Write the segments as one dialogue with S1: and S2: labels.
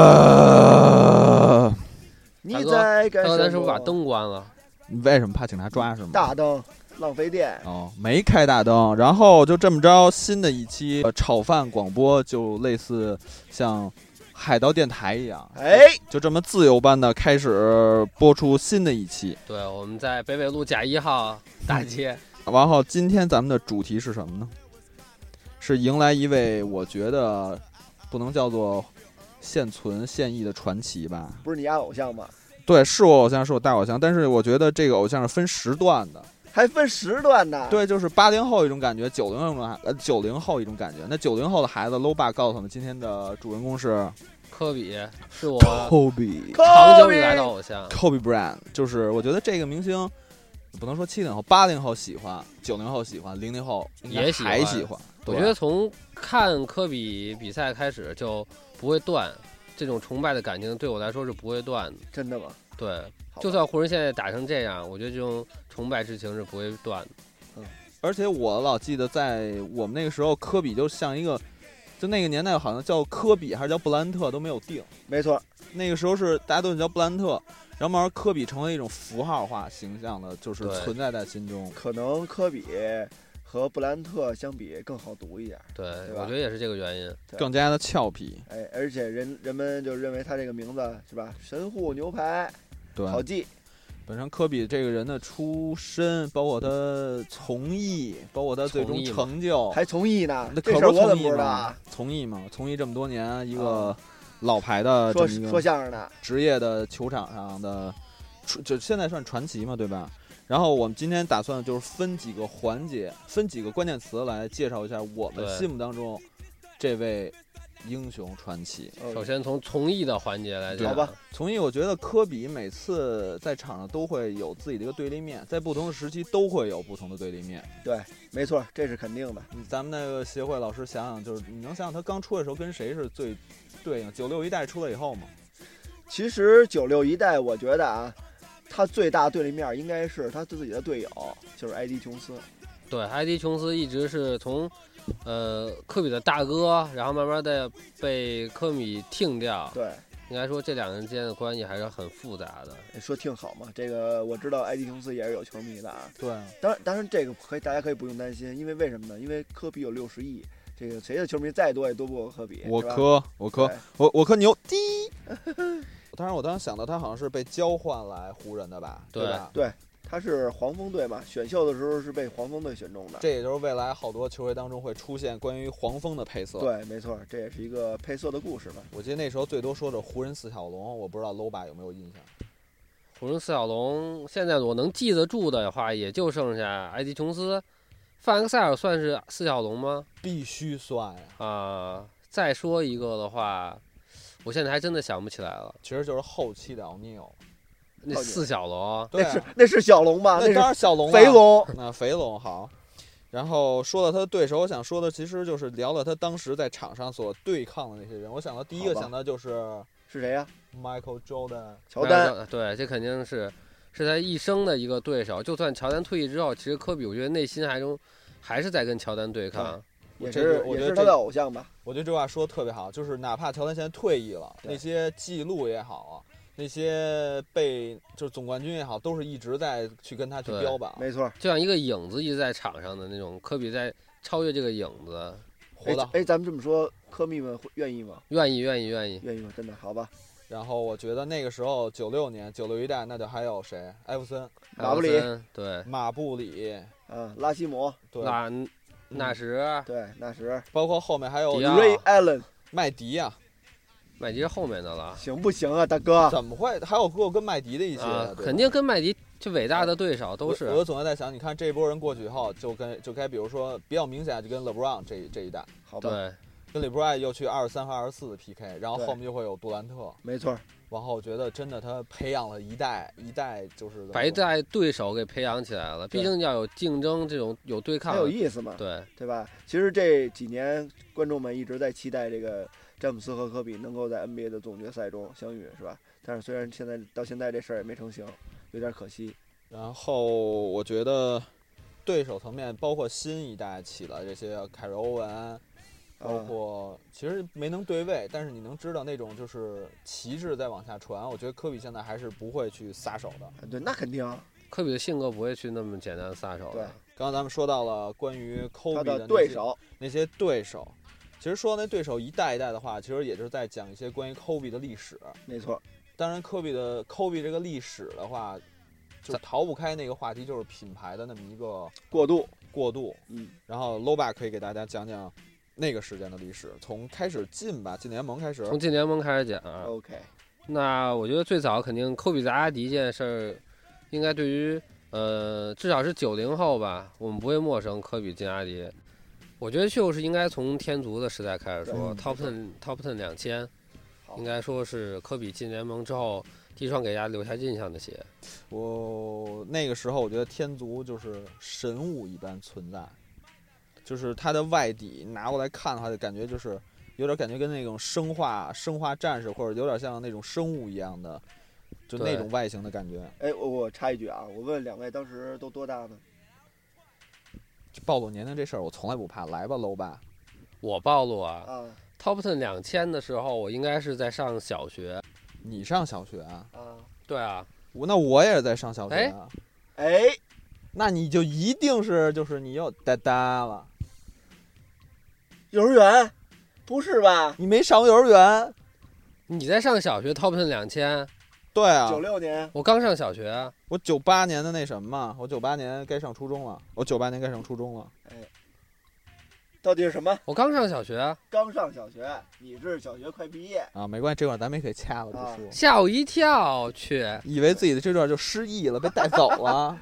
S1: 呃，
S2: 你在干
S3: 他
S2: 什么？
S3: 刚才是不是把灯关了？
S1: 你为什么怕警察抓是吗？
S2: 大灯浪费电，
S1: 哦，没开大灯，然后就这么着，新的一期呃炒饭广播就类似像海盗电台一样，
S2: 哎，
S1: 就这么自由般的开始播出新的一期。
S3: 对，我们在北纬路甲一号
S2: 嗯
S3: 大街。
S1: 然后今天咱们的主题是什么呢？是迎来一位我觉得不能叫做现存现役的传奇吧？
S2: 不是你家偶像吗？
S1: 对，是我偶像，是我大偶像，但是我觉得这个偶像是分时段的。
S2: 还分时段呢。，
S1: 对，就是八零后一种感觉，九零后一种呃九零后一种感觉。那九零后的孩子，low 爸告诉我们，今天的主人公是
S3: 科比是我
S1: Kobe
S3: 长久以来的偶像，
S1: Kobe Bryant，就是我觉得这个明星不能说七零后，八零后喜欢，九零后喜欢，零零后应该
S3: 也喜
S1: 还
S3: 欢
S1: 喜欢。
S3: 我
S1: 对
S3: 觉得从看科比比赛开始就不会断，这种崇拜的感情对我来说是不会断的。
S2: 真的吗？
S3: 对，
S2: 好吧
S3: 就算湖人现在打成这样，我觉得这种崇拜之情是不会断的。
S1: 而且我老记得在我们那个时候，科比就像一个，就那个年代好像叫科比还是叫布兰特都没有定，
S2: 没错，
S1: 那个时候是大家都叫布兰特，然后慢慢科比成为一种符号化形象的，就是
S3: 对
S1: 存在在心中。
S2: 可能科比和布兰特相比更好读一点。
S3: 对，
S2: 对吧
S3: 我觉得也是这个原因。
S1: 更加的俏皮，
S2: 哎，而且人人们就认为他这个名字是吧？神户牛排
S1: 对，
S2: 好记，
S1: 本身科比这个人的出身，包括他从艺，包括他最终
S3: 从艺嘛
S1: 成就，
S2: 还从艺呢
S1: 那，
S2: 这
S1: 可
S2: 事儿
S1: 不是
S2: 我怎
S1: 从
S2: 么不
S1: 艺
S2: 知道
S1: 嘛
S2: 啊？，
S1: 从艺嘛，从艺这么多年，一个老牌
S3: 啊
S1: 的这
S2: 说
S1: 么一
S2: 说
S1: 个
S2: 相声呢，
S1: 职业的球场上的，出就现在算传奇嘛，对吧？然后我们今天打算就是分几个环节，分几个关键词来介绍一下我们
S3: 对
S1: 心目当中这位英雄传奇。
S2: 嗯
S3: 首先从从艺的环节来讲，啊
S2: 好吧
S1: 从艺，我觉得科比每次在场上都会有自己的一个对立面，在不同的时期都会有不同的对立面。
S2: 没错，这是肯定的。
S1: 嗯咱们那个协会老师想想，就是你能想想他刚出来的时候跟谁是最对应？九六一代出来以后嘛，
S2: 其实九六一代，我觉得啊，他最大对立面应该是他自己的队友，就是埃迪琼斯。
S3: 对，埃迪琼斯一直是从，呃，科比的大哥，然后慢慢的被科比听掉。
S2: 对，
S3: 应该说这两个人之间的关系还是很复杂的。
S2: 说挺好嘛。这个我知道，埃迪琼斯也是有球迷的啊。
S1: 对，
S2: 当然，当然这个可以，大家可以不用担心，因为为什么呢？因为科比有六十亿，这个谁的球迷再多也多不过科比。
S1: 我
S2: 是吧
S1: 科，我科
S2: 对，
S1: 我我科牛 滴。当然，我当时想到他好像是被交换来湖人的吧，
S3: 对
S1: 吧？
S2: 他是黄蜂队嘛，选秀的时候是被黄蜂队选中的。
S1: 这也就是未来好多球队当中会出现关于黄蜂的配色。，
S2: 对，没错，这也是一个配色的故事嘛。
S1: 我记得那时候最多说的湖人四小龙，我不知道 LOBA 有没有印象。
S3: 湖人四小龙，现在我能记得住的话，也就剩下埃迪琼斯、范克塞尔算是四小龙吗？
S1: 必须算呀，
S3: 啊、再说一个的话，我现在还真的想不起来了。
S1: 其实就是后期的奥尼尔。
S3: 那
S2: 到底
S3: 四小龙，
S1: 对
S2: 那
S1: 啊
S2: 是，那是小龙吧？
S1: 那当
S2: 是
S1: 然小龙了
S2: 肥龙。
S1: 那肥龙好。然后说到他的对手，我想说的其实就是聊聊他当时在场上所对抗的那些人。我想到第一个
S2: 好吧
S1: 想到就是
S2: 是谁呀、
S1: Michael Jordan，
S2: 乔
S3: 迈
S2: 丹
S3: 尔。对，这肯定是是他一生的一个对手。就算乔丹退役之后，其实科比我觉得内心还中还是在跟乔丹对抗。
S2: 也
S1: 这
S2: 是
S1: 个我觉
S2: 也
S1: 得这
S2: 是他的偶像吧？
S1: 我觉得这话说的特别好，就是哪怕乔丹现在退役了，
S2: 对
S1: 那些记录也好啊，那些被就是总冠军也好，都是一直在去跟他去
S3: 对
S1: 标榜，
S2: 没错。
S3: 就像一个影子一直在场上的那种，科比在超越这个影子，
S1: 活到。
S2: 哎，咱们这么说，科密们会愿意吗？
S3: 愿意愿意愿意。
S2: 愿意吗？真的，好吧。
S1: 然后我觉得那个时候九六年九六一代，那就还有谁？艾弗森、
S3: 还有
S2: 马布里
S3: 森，对，
S1: 马布里，
S2: 啊，拉希姆，
S1: 对，
S3: 纳纳
S1: 嗯
S3: 什、
S2: 对，纳什
S1: 包括后面还有
S3: 迪奥
S2: Ray Allen，
S1: 麦迪啊呀、
S3: 麦迪是后面的了，
S2: 行不行啊，大哥？
S1: 怎么会还有给我跟麦迪的一些？
S3: 啊，
S1: 对吧
S3: 肯定跟麦迪这伟大的对手都
S1: 我
S3: 是啊
S1: 我总是在想，你看这波人过去以后，就跟就该比如说比较明显，就跟 LeBron 这这一代，
S2: 好吧，
S3: 对，
S1: 跟 LeBron 又去二十三和二十四的 PK，然后
S2: 对
S1: 后面就会有杜兰特，
S2: 没错，
S1: 然后我觉得真的他培养了一代一代，就是
S3: 把一代对手给培养起来了。
S2: 对
S3: 毕竟要有竞争，这种有对抗
S2: 很，有意思嘛，
S3: 对
S2: 对吧？其实这几年观众们一直在期待这个詹姆斯和科比能够在 NBA 的总决赛中相遇，是吧？但是虽然现在到现在这事儿也没成型，有点可惜。
S1: 然后我觉得对手层面包括新一代起了这些凯瑞欧文，
S2: 啊
S1: 包
S3: 啊
S1: 括其实没能对位，但是你能知道那种就是旗帜在往下传，我觉得科比现在还是不会去撒手的。
S2: 啊，对，那肯定啊，
S3: 科比的性格不会去那么简单撒手
S2: 对
S3: 的。，
S1: 刚刚咱们说到了关于科
S2: 他
S1: 比
S2: 的
S1: 的
S2: 对
S1: 那些
S2: 手，
S1: 那些对手，其实说到那对手一代一代的话，其实也就是在讲一些关于科比的历史。
S2: 没错，
S1: 当然，科比的科比这个历史的话，就
S3: 咱
S1: 逃不开那个话题，就是品牌的那么一个
S2: 过渡，
S1: 过渡。
S2: 嗯，
S1: 然后 Loba 可以给大家讲讲那个时间的历史，从开始进吧，进联盟开始。
S3: 从进联盟开始讲啊，
S2: OK，
S3: 那我觉得最早肯定科比砸第一件事儿，应该对于呃至少是九零后吧，我们不会陌生科比进阿迪。我觉得就是应该从天族的时代开始说
S1: 嗯
S3: ，Top Ten Top Ten 两千，
S2: 好
S3: 应该说是科比进联盟之后第一双给大家留下印象的鞋。
S1: 我那个时候，我觉得天族就是神物一般存在，就是它的外底拿过来看的话，就感觉就是有点感觉跟那种生化生化战士，或者有点像那种生物一样的，就那
S3: 对
S1: 种外形的感觉。
S2: 哎，我我插一句啊，我问两位当时都多大呢？
S1: 就暴露年龄这事儿，我从来不怕，来吧，楼吧。
S3: 我暴露啊
S2: 啊
S3: ，Top Ten 两千的时候，我应该是在上小学。
S1: 你上小学啊？
S2: 啊，
S3: 对啊，
S1: 我那我也是在上小学 啊。
S2: 哎，
S1: 那你就一定是就是你又哒哒了，
S2: 幼儿园，不是吧？
S1: 你没上过幼儿园？
S3: 你在上小学 Top Ten 两千，
S1: 对啊
S2: 九，六年，
S3: 我刚上小学啊。
S1: 我九八年的那什么嘛，我九八年该上初中了，我九八年该上初中了。
S2: 到底是什么？
S3: 我刚上小学啊，
S2: 刚上小学，你是小学快毕业，
S1: 啊，没关系，这块儿咱们也可以掐了不
S2: 啊
S1: 说。
S3: 吓我一跳，去。
S1: 以为自己的这段就失忆了，被带走 了。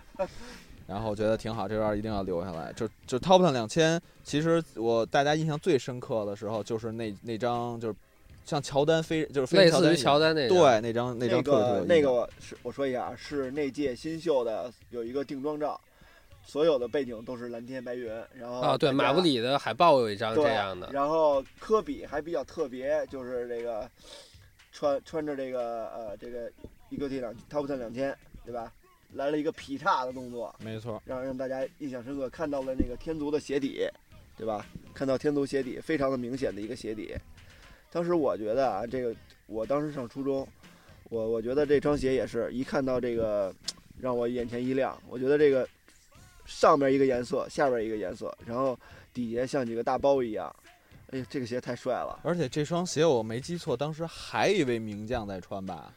S1: 然后我觉得挺好，这段一定要留下来。就就 Top Ten 两千，其实我大家印象最深刻的时候就是那那张就是像乔丹飞就是飞
S3: 类
S1: 乔
S3: 似
S1: 丹
S3: 于
S1: 一样
S3: 乔丹那种，
S1: 对那张那
S2: 那
S1: 张特别特别有
S2: 个
S1: 印
S2: 那个
S1: 象
S2: 我是我说一下啊，是那届新秀的有一个定妆照，所有的背景都是蓝天白云，然后
S3: 啊，对，
S2: 大家
S3: 马布里的海报有一张
S2: 对
S3: 这样的，
S2: 然后科比还比较特别，就是这个穿穿着这个呃这个一个 T 两 Top Ten 两千，对吧？来了一个劈叉的动作，
S1: 没错，
S2: 让让大家印象深刻，看到了那个天族的鞋底，对吧？看到天族鞋底，非常的明显的一个鞋底。当时我觉得啊，这个我当时上初中，我我觉得这双鞋也是一看到这个，让我眼前一亮。我觉得这个上面一个颜色，下边一个颜色，然后底下像几个大包一样。哎呀，这个鞋太帅了！
S1: 而且这双鞋我没记错，当时还有一位名将在穿吧，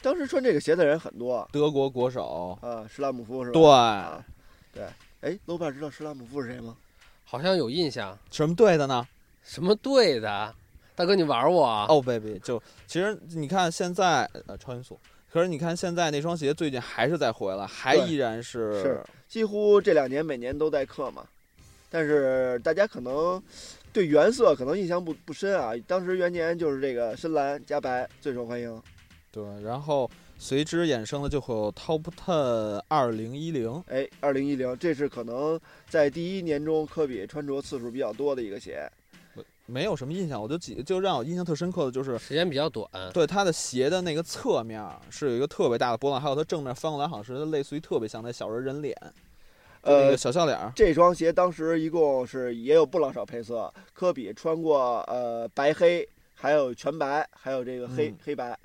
S2: 当时穿这个鞋的人很多
S1: 德国国手。
S2: 啊，施拉姆夫是吧？
S1: 对，
S2: 啊，对。哎，楼爸知道施拉姆夫是谁吗？
S3: 好像有印象，
S1: 什么队的呢？
S3: 什么队的，啊大哥你玩我啊？
S1: 哦、b a b y 就其实你看现在呃超音速，可是你看现在那双鞋最近还是在回来，还
S2: 对
S1: 依然是
S2: 是几乎这两年每年都在刻嘛，但是大家可能对原色可能印象不不深啊。当时元年就是这个深蓝加白最受欢迎，
S1: 对，然后随之衍生的就会有 Top Ten 二零一零，
S2: 哎，二零一零，这是可能在第一年中科比穿着次数比较多的一个鞋。
S1: 没有什么印象，我就记就让我印象特深刻的就是。
S3: 时间比较短，
S1: 对它的鞋的那个侧面儿是有一个特别大的波浪，还有它正面翻过来好像是类似于特别像那小人人脸，就那
S2: 呃
S1: 个，小笑脸儿。
S2: 这双鞋当时一共是也有不老少配色，科比穿过呃白黑，还有全白，还有这个黑、
S1: 嗯
S2: 黑白，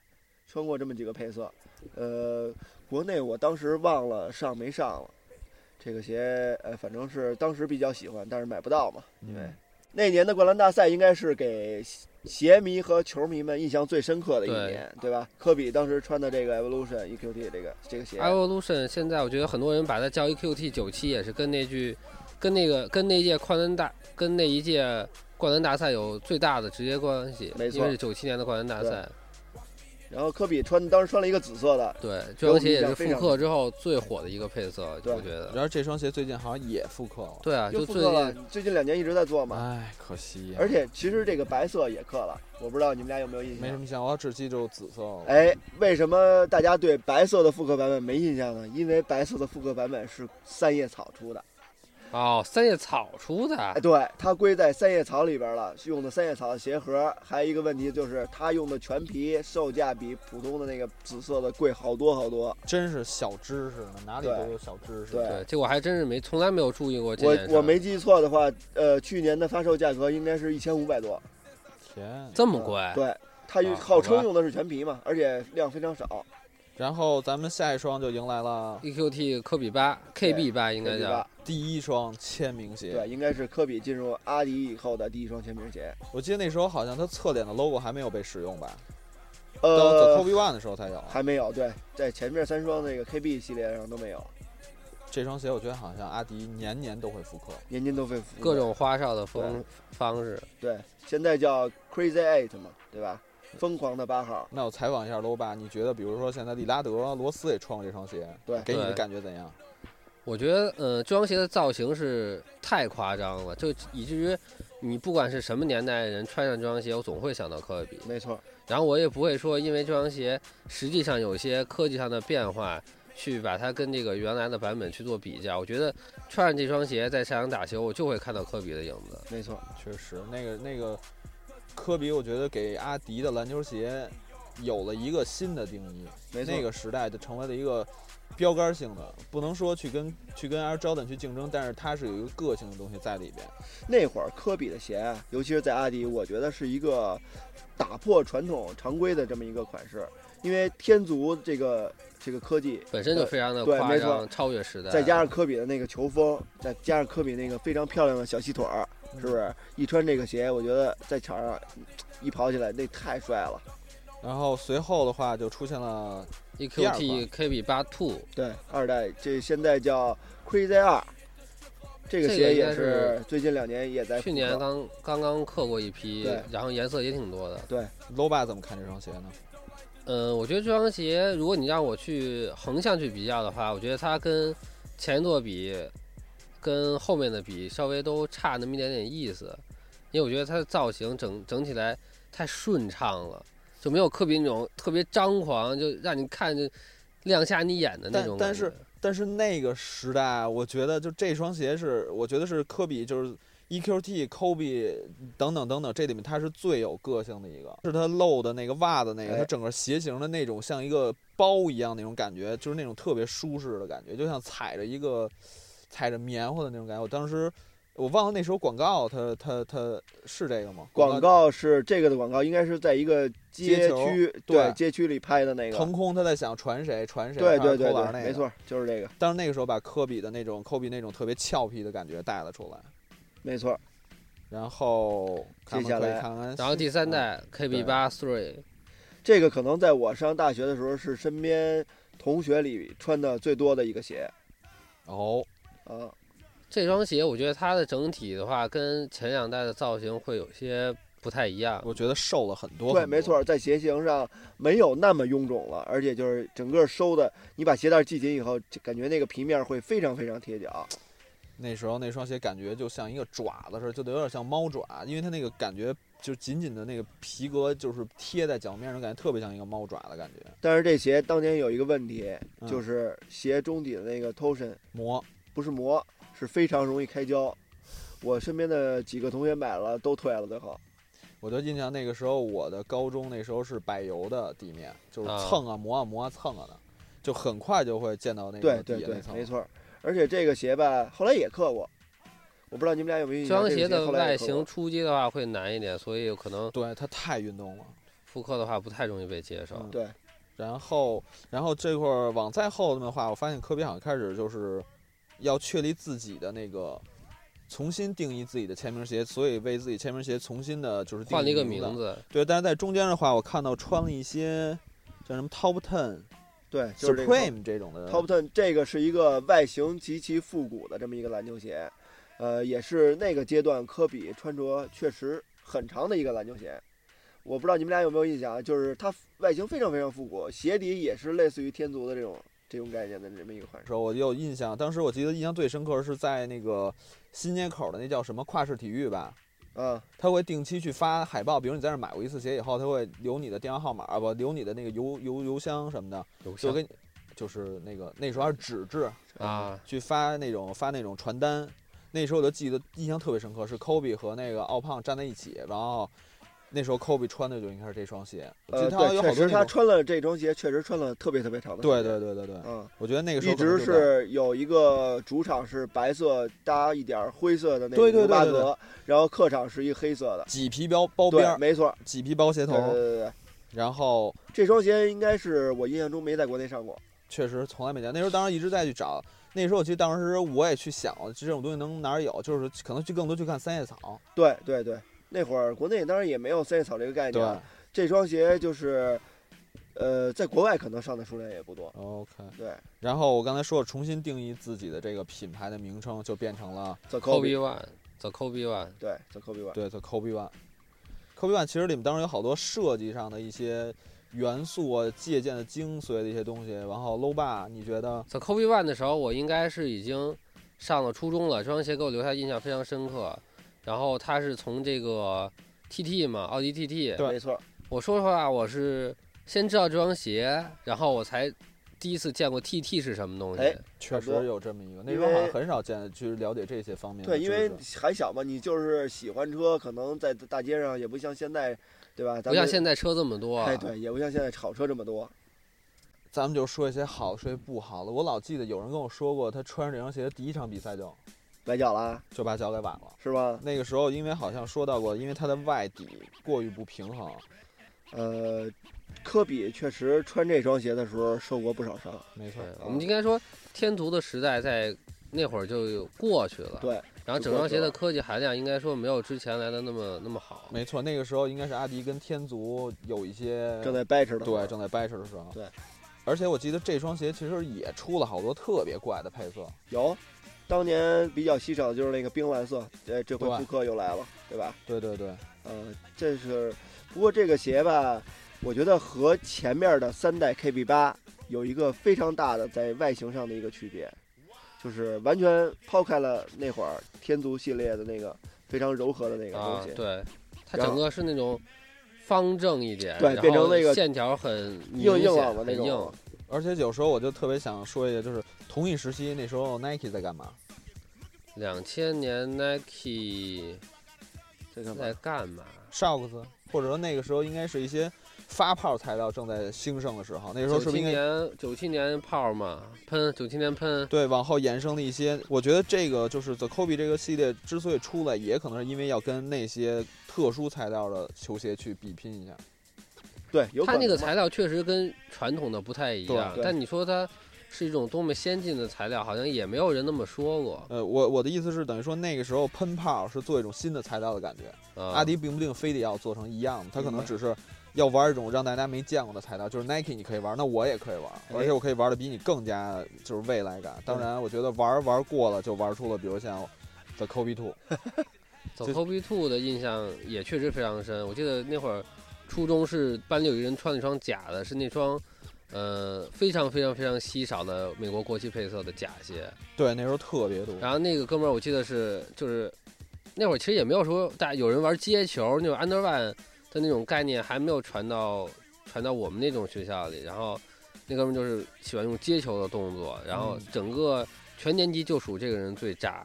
S2: 穿过这么几个配色。呃，国内我当时忘了上没上了，这个鞋呃反正是当时比较喜欢，但是买不到嘛。
S1: 嗯
S2: 对那年的灌篮大赛应该是给鞋迷和球迷们印象最深刻的一
S3: 对
S2: 年，对吧？科比当时穿的这个 Evolution EQT 这个这个
S3: 哎
S2: 鞋，
S3: Evolution 现在我觉得很多人把它叫 EQT 九七，也是跟那句，跟那个跟那届灌篮大跟那一届灌篮大赛有最大的直接关系，
S2: 没错
S3: 因为是九七年的灌篮大赛，
S2: 然后科比穿当时穿了一个紫色的，
S3: 对，这双鞋也
S2: 有
S3: 是
S2: 印象非
S3: 复
S2: 常
S3: 刻之后最火的一个配色，
S2: 对
S3: 我觉得，
S1: 然后这双鞋最近好像也复刻了，
S3: 对啊，
S2: 又
S3: 就
S2: 复
S3: 最
S2: 刻了
S3: 近，
S2: 最近两年一直在做嘛。
S1: 唉，可惜呀、
S2: 而且其实这个白色也刻了，我不知道你们俩有没有印
S1: 没什
S2: 象。
S1: 么想，我只记住紫色了。
S2: 哎，为什么大家对白色的复刻版本没印象呢？因为白色的复刻版本是三叶草出的，
S3: 哦，三叶草出的，啊
S2: 哎，对，它归在三叶草里边了，是用的三叶草的鞋盒。还有一个问题就是，它用的全皮售价比普通的那个紫色的贵好多好多。
S1: 真是小知识呢，哪里
S2: 对
S1: 都有小知识。
S2: 对
S3: 对，这我还真是没从来没有注意过这
S2: 我
S3: 件事儿
S2: 我没记错的话，呃，去年的发售价格应该是一千五百多。
S1: 天，
S3: 这
S2: 嗯
S3: 么贵，
S2: 对，它用
S3: 啊
S2: 号
S3: 好吧
S2: 称用的是全皮嘛，而且量非常少。
S1: 然后咱们下一双就迎来了
S3: EQT ，E 科比八 KB 八应该
S2: 对
S3: 叫
S2: 吧？
S1: 第一双签名鞋。
S2: 对，应该是科比进入阿迪以后的第一双签名鞋。
S1: 我记得那时候好像它侧脸的 logo 还没有被使用吧？到 The
S2: 呃，
S1: Kobe One 的时候才有。啊
S2: 还没有，对，在前面三双那个 KB 系列上都没有，
S1: 这双鞋我觉得好像阿迪年年都会复刻。
S2: 年年都会服
S3: 各种花哨的风方式，
S2: 对，现在叫 Crazy Eight 嘛，对吧？疯狂的八号，
S1: 那我采访一下 low 爸，你觉得比如说现在利拉德、罗斯也穿过这双鞋，
S2: 对
S1: 给你的
S3: 对
S1: 感觉怎样？
S3: 我觉得，呃，这双鞋的造型是太夸张了，就以至于你不管是什么年代的人穿上这双鞋，我总会想到科比。
S2: 没错，
S3: 然后我也不会说，因为这双鞋实际上有些科技上的变化，去把它跟这个原来的版本去做比较。我觉得穿上这双鞋在赛场打球，我就会看到科比的影子。
S2: 没错，
S1: 确实，那个那个科比，我觉得给阿迪的篮球鞋有了一个新的定义。
S2: 没错，
S1: 那个时代就成为了一个标杆性的，不能说去跟去跟 Air Jordan 去竞争，但是它是有一个个性的东西在里边。
S2: 那会儿科比的鞋啊，尤其是在阿迪，我觉得是一个打破传统常规的这么一个款式，因为天足这个这个科技，
S3: 本身就非常的
S2: 对
S3: 夸
S2: 没错
S3: 张，超越时代。
S2: 再加上科比的那个球风，再加上科比那个非常漂亮的小细腿儿，是不是？
S3: 嗯
S2: 一穿这个鞋，我觉得在场上一跑起来，那太帅了。
S1: 然后随后的话就出现了，
S3: E
S1: 第二款
S3: EQT KB 八 Two，
S2: 对，二代这现在叫 Crazy 二，这个
S3: 这个
S2: 鞋
S3: 应该
S2: 也
S3: 是
S2: 最近两年也在
S3: 去
S2: 复
S3: 年
S2: 刻
S3: 刚刚刚刻过一批
S2: 对，
S3: 然后颜色也挺多的。
S1: low 爸怎么看这双鞋呢？
S3: 呃，我觉得这双鞋，如果你让我去横向去比较的话，我觉得它跟前一座比，跟后面的比，稍微都差那么一点点意思。因为我觉得它的造型整整体来太顺畅了，就没有科比那种特别张狂，就让你看着亮瞎你眼的那
S1: 但
S3: 种
S1: 但
S3: 感
S1: 是
S3: 觉
S1: 但是那个时代，我觉得就这双鞋是，我觉得是科比就是 EQT、Kobe 等等等等，这里面它是最有个性的一个，是它露的那个袜子那个，
S2: 哎
S1: 它整个鞋型的那种像一个包一样那种感觉，就是那种特别舒适的感觉，就像踩着一个踩着棉花的那种感觉。我当时我忘了那时候广告它它它是这个吗？
S2: 广告是这个的广告，应该是在一个
S1: 街
S2: 街
S1: 球
S2: 区，
S1: 对
S2: 街区里拍的那个，
S1: 腾空，他在想传谁传谁，
S2: 对
S1: 他要
S2: 对对
S1: 扣篮啊
S2: 对，
S1: 那个
S2: 没。错，就是这个，
S1: 但是那个时候把科比的那种科比那种特别俏皮的感觉带了出来。
S2: 没错，
S1: 然后咱们
S2: 接下
S1: 可以
S2: 来
S1: 看看，
S3: 然后第三代
S1: 嗯对
S3: KB 八 Three，
S2: 这个可能在我上大学的时候是身边同学里穿的最多的一个鞋
S1: 哦，
S2: 啊，
S3: 这双鞋我觉得它的整体的话，跟前两代的造型会有些不太一样。
S1: 我觉得瘦了很多。
S2: 对，
S1: 很多
S2: 没错，，在鞋型上没有那么臃肿了，而且就是整个收的，你把鞋带系紧以后，就感觉那个皮面会非常非常贴脚，
S1: 那时候那双鞋感觉就像一个爪子似的，就得有点像猫爪，因为它那个感觉就紧紧的那个皮革就是贴在脚面上，感觉特别像一个猫爪的感觉。
S2: 但是这鞋当年有一个问题，
S1: 嗯
S2: 就是鞋中底的那个 torsion
S1: 磨，
S2: 不是磨，是非常容易开胶。我身边的几个同学买了都退了，最后
S1: 我就印象那个时候我的高中那时候是柏油的地面，就是
S3: 啊
S1: 蹭啊磨啊磨啊蹭啊的，就很快就会见到那
S2: 对
S1: 个
S2: 对
S1: 底下
S2: 对
S1: 那，层。
S2: 没错儿。而且这个鞋吧，后来也刻过，我不知道你们俩有没有印
S3: 这
S2: 象。
S3: 双
S2: 这个
S3: 鞋的
S2: 后来
S3: 外
S2: 也刻过
S3: 形出击的话会难一点，所以可能
S1: 对它太运动了。
S3: 复刻的话不太容易被接受。
S1: 嗯
S2: 对，
S1: 然后，然后这块儿往再后面的话，我发现科比好像开始就是要确立自己的那个，重新定义自己的签名鞋，所以为自己签名鞋重新的就是定义
S3: 换了一个
S1: 名
S3: 名。字，
S1: 对，但是在中间的话，我看到穿了一些叫什么 Top Ten、
S2: 对，就是这个
S1: Supreme 这种的
S2: Top Ten 这个是一个外形极其复古的这么一个篮球鞋，呃，也是那个阶段科比穿着确实很长的一个篮球鞋。我不知道你们俩有没有印象，啊就是它外形非常非常复古，鞋底也是类似于天足的这种这种概念的这么一个款式。
S1: 时候，我有印象。当时我记得印象最深刻是在那个新街口的那叫什么跨市体育吧，
S2: 啊，
S1: 他会定期去发海报，比如你在那儿买过一次鞋以后，他会留你的电话号码，啊不留你的那个邮邮邮箱什么的。
S3: 有
S1: 就跟就是那个那时候还是纸质
S3: 啊，
S1: 去发那种发那种传单，那时候我就记得印象特别深刻，是科比和那个奥胖站在一起，然后那时候科比穿的就应该是这双鞋，我记得
S2: 呃，
S1: 他
S2: 对，
S1: 有好多
S2: 确实
S1: 那
S2: 他
S1: 种，
S2: 穿了这双鞋，确实穿了特别特别长的。
S1: 对，对对对对，
S2: 嗯，
S1: 我觉得那个时候
S2: 一
S1: 可能
S2: 直
S1: 就在
S2: 是有一个主场是白色搭一点灰色的那
S1: 对
S2: 个
S1: 对
S2: 牛巴
S1: 对对
S2: 格，然后客场是一黑色的。
S1: 麂皮包包边
S2: 对，
S1: 儿，
S2: 没错，
S1: 麂皮包鞋
S2: 对
S1: 头，
S2: 对对对，
S1: 然后
S2: 这双鞋应该是我印象中没在国内上过。
S1: 确实从来没见。那时候当时一直在去找，那时候其实当时我也去想，这种东西能哪儿有？就是可能去更多去看三叶草，
S2: 对对对，那会儿国内当然也没有三叶草这个概
S1: 对
S2: 念，啊这双鞋就是，呃，在国外可能上的数量也不多。
S1: ，OK。
S2: 对
S1: 然后我刚才说了，重新定义自己的这个品牌的名称，就变成了
S2: ，The
S3: Kobe
S2: Kobe，
S3: One，The Kobe One，
S2: 对，The Kobe One，
S1: 对，The Kobe One。Kobe One 其实里面当时有好多设计上的一些元素啊，借鉴的精髓的一些东西。然后 low 爸，你觉得？
S3: 在 Kobe One 的时候，我应该是已经上了初中了，这双鞋给我留下印象非常深刻。然后它是从这个 TT 嘛，奥迪 TT。
S1: 对
S2: 没错，
S3: 我说实话，我是先知道这双鞋，然后我才第一次见过 TT 是什么东西。
S2: 哎
S1: 确实
S2: 差不多
S1: 有这么一个，那
S2: 因
S1: 时候好像
S2: 为
S1: 很少见去了解这些方面的
S2: 对，
S1: 知识。
S2: 因为还小嘛，你就是喜欢车，可能在大街上也不像现在，对吧？咱
S3: 不
S2: 们
S3: 像现在车这么多。啊
S2: 哎，对，也不像现在炒车这么多。
S1: 咱们就说一些好的，说一些不好的。我老记得有人跟我说过，他穿上这双鞋第一场比赛就
S2: 崴脚了
S1: 就把脚给崴了。
S2: 是吧？
S1: 那个时候，因为好像说到过，因为他的外底过于不平衡，
S2: 呃，科比确实穿这双鞋的时候受过不少伤。
S1: 没错
S3: 对，，我们应该说天图的时代在那会儿就过去了。
S2: 对，
S3: 然后整双鞋的科技含量应该说没有之前来的那么那么好。
S1: 没错。那个时候应该是阿迪跟天足有一些
S2: 正在掰扯的。
S1: 对，正在掰扯的时候。
S2: 对，
S1: 而且我记得这双鞋其实也出了好多特别怪的配色，
S2: 有，当年比较稀少的就是那个冰蓝色，呃，这回
S1: 对
S2: 复刻又来了，对吧？
S1: 对对对，
S2: 呃，这是，不过这个鞋吧，我觉得和前面的三代 KB 八有一个非常大的在外形上的一个区别，就是完全抛开了那会儿天族系列的那个非常柔和的那个东
S3: 啊
S2: 西，，
S3: 对，它
S2: 然后
S3: 整个是那种方正一点，
S2: 对
S3: 然后
S2: 变成那个
S3: 线条很明
S2: 硬硬
S3: 显
S2: 朗的那
S3: 很
S2: 种啊
S3: 硬。
S1: 而且有时候我就特别想说一下，就是同一时期那时候 Nike 在干嘛？
S3: 两千年 Nike
S2: 这干嘛
S3: 在？干嘛？
S1: Shocks，或者说那个时候应该是一些发泡材料正在兴盛的时候，那个时候
S3: 九
S1: 是不
S3: 七
S1: 是应该
S3: 年九七年炮嘛，喷九七年喷，
S1: 对往后延伸的一些？我觉得这个就是 The Kobe 这个系列之所以出来，也可能是因为要跟那些特殊材料的球鞋去比拼一下。
S2: 对，有
S3: 它
S2: 可
S3: 那个
S2: 能嘛
S3: 材料确实跟传统的不太一样
S2: 对，对
S3: 但你说它是一种多么先进的材料，好像也没有人那么说过。
S1: 呃，我我的意思是，等于说那个时候喷泡是做一种新的材料的感觉，
S3: 啊
S1: 阿迪并不一定非得要做成一样的，他可
S2: 嗯明
S1: 能
S2: 白
S1: 只是要玩一种让大家没见过的材料，就是 Nike 你可以玩，那我也可以玩，
S2: 哎
S1: 而且我可以玩的比你更加就是未来感。当然，我觉得玩玩过了就玩出了，比如像 The Kobe Two，
S3: 走
S1: 就
S3: Kobe Two 的印象也确实非常深。我记得那会儿初中是班里有一人穿了一双假的，是那双呃非常非常非常稀少的美国国旗配色的假鞋。
S1: 对，那时候特别多。
S2: 啊
S3: 然后那个哥们儿我记得是就是那会儿其实也没有说大家有人玩街球那种 Under One 的那种概念还没有传到传到我们那种学校里。然后那哥们儿就是喜欢用接球的动作，然后
S1: 嗯
S3: 整个全年级就属这个人最炸。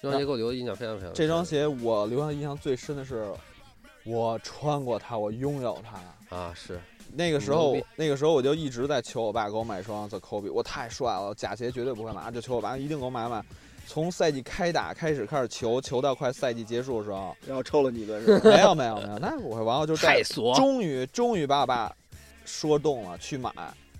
S3: 这双鞋给我留的印象非常非常深。
S1: 这双鞋我留下印象最深的是，我穿过它，我拥有它。
S3: 啊是。
S1: 那个时候
S3: 牛逼，
S1: 那个时候我就一直在求我爸给我买双 The Kobe，我太帅了，假鞋绝对不会买，就求我爸一定给我买买。从赛季开打开始开始求，求到快赛季结束的时候，
S2: 然后抽了你一顿是吧？
S1: 没有没有没有，那我然后就带
S3: 太俗，
S1: 终于终于把我爸说动了去买。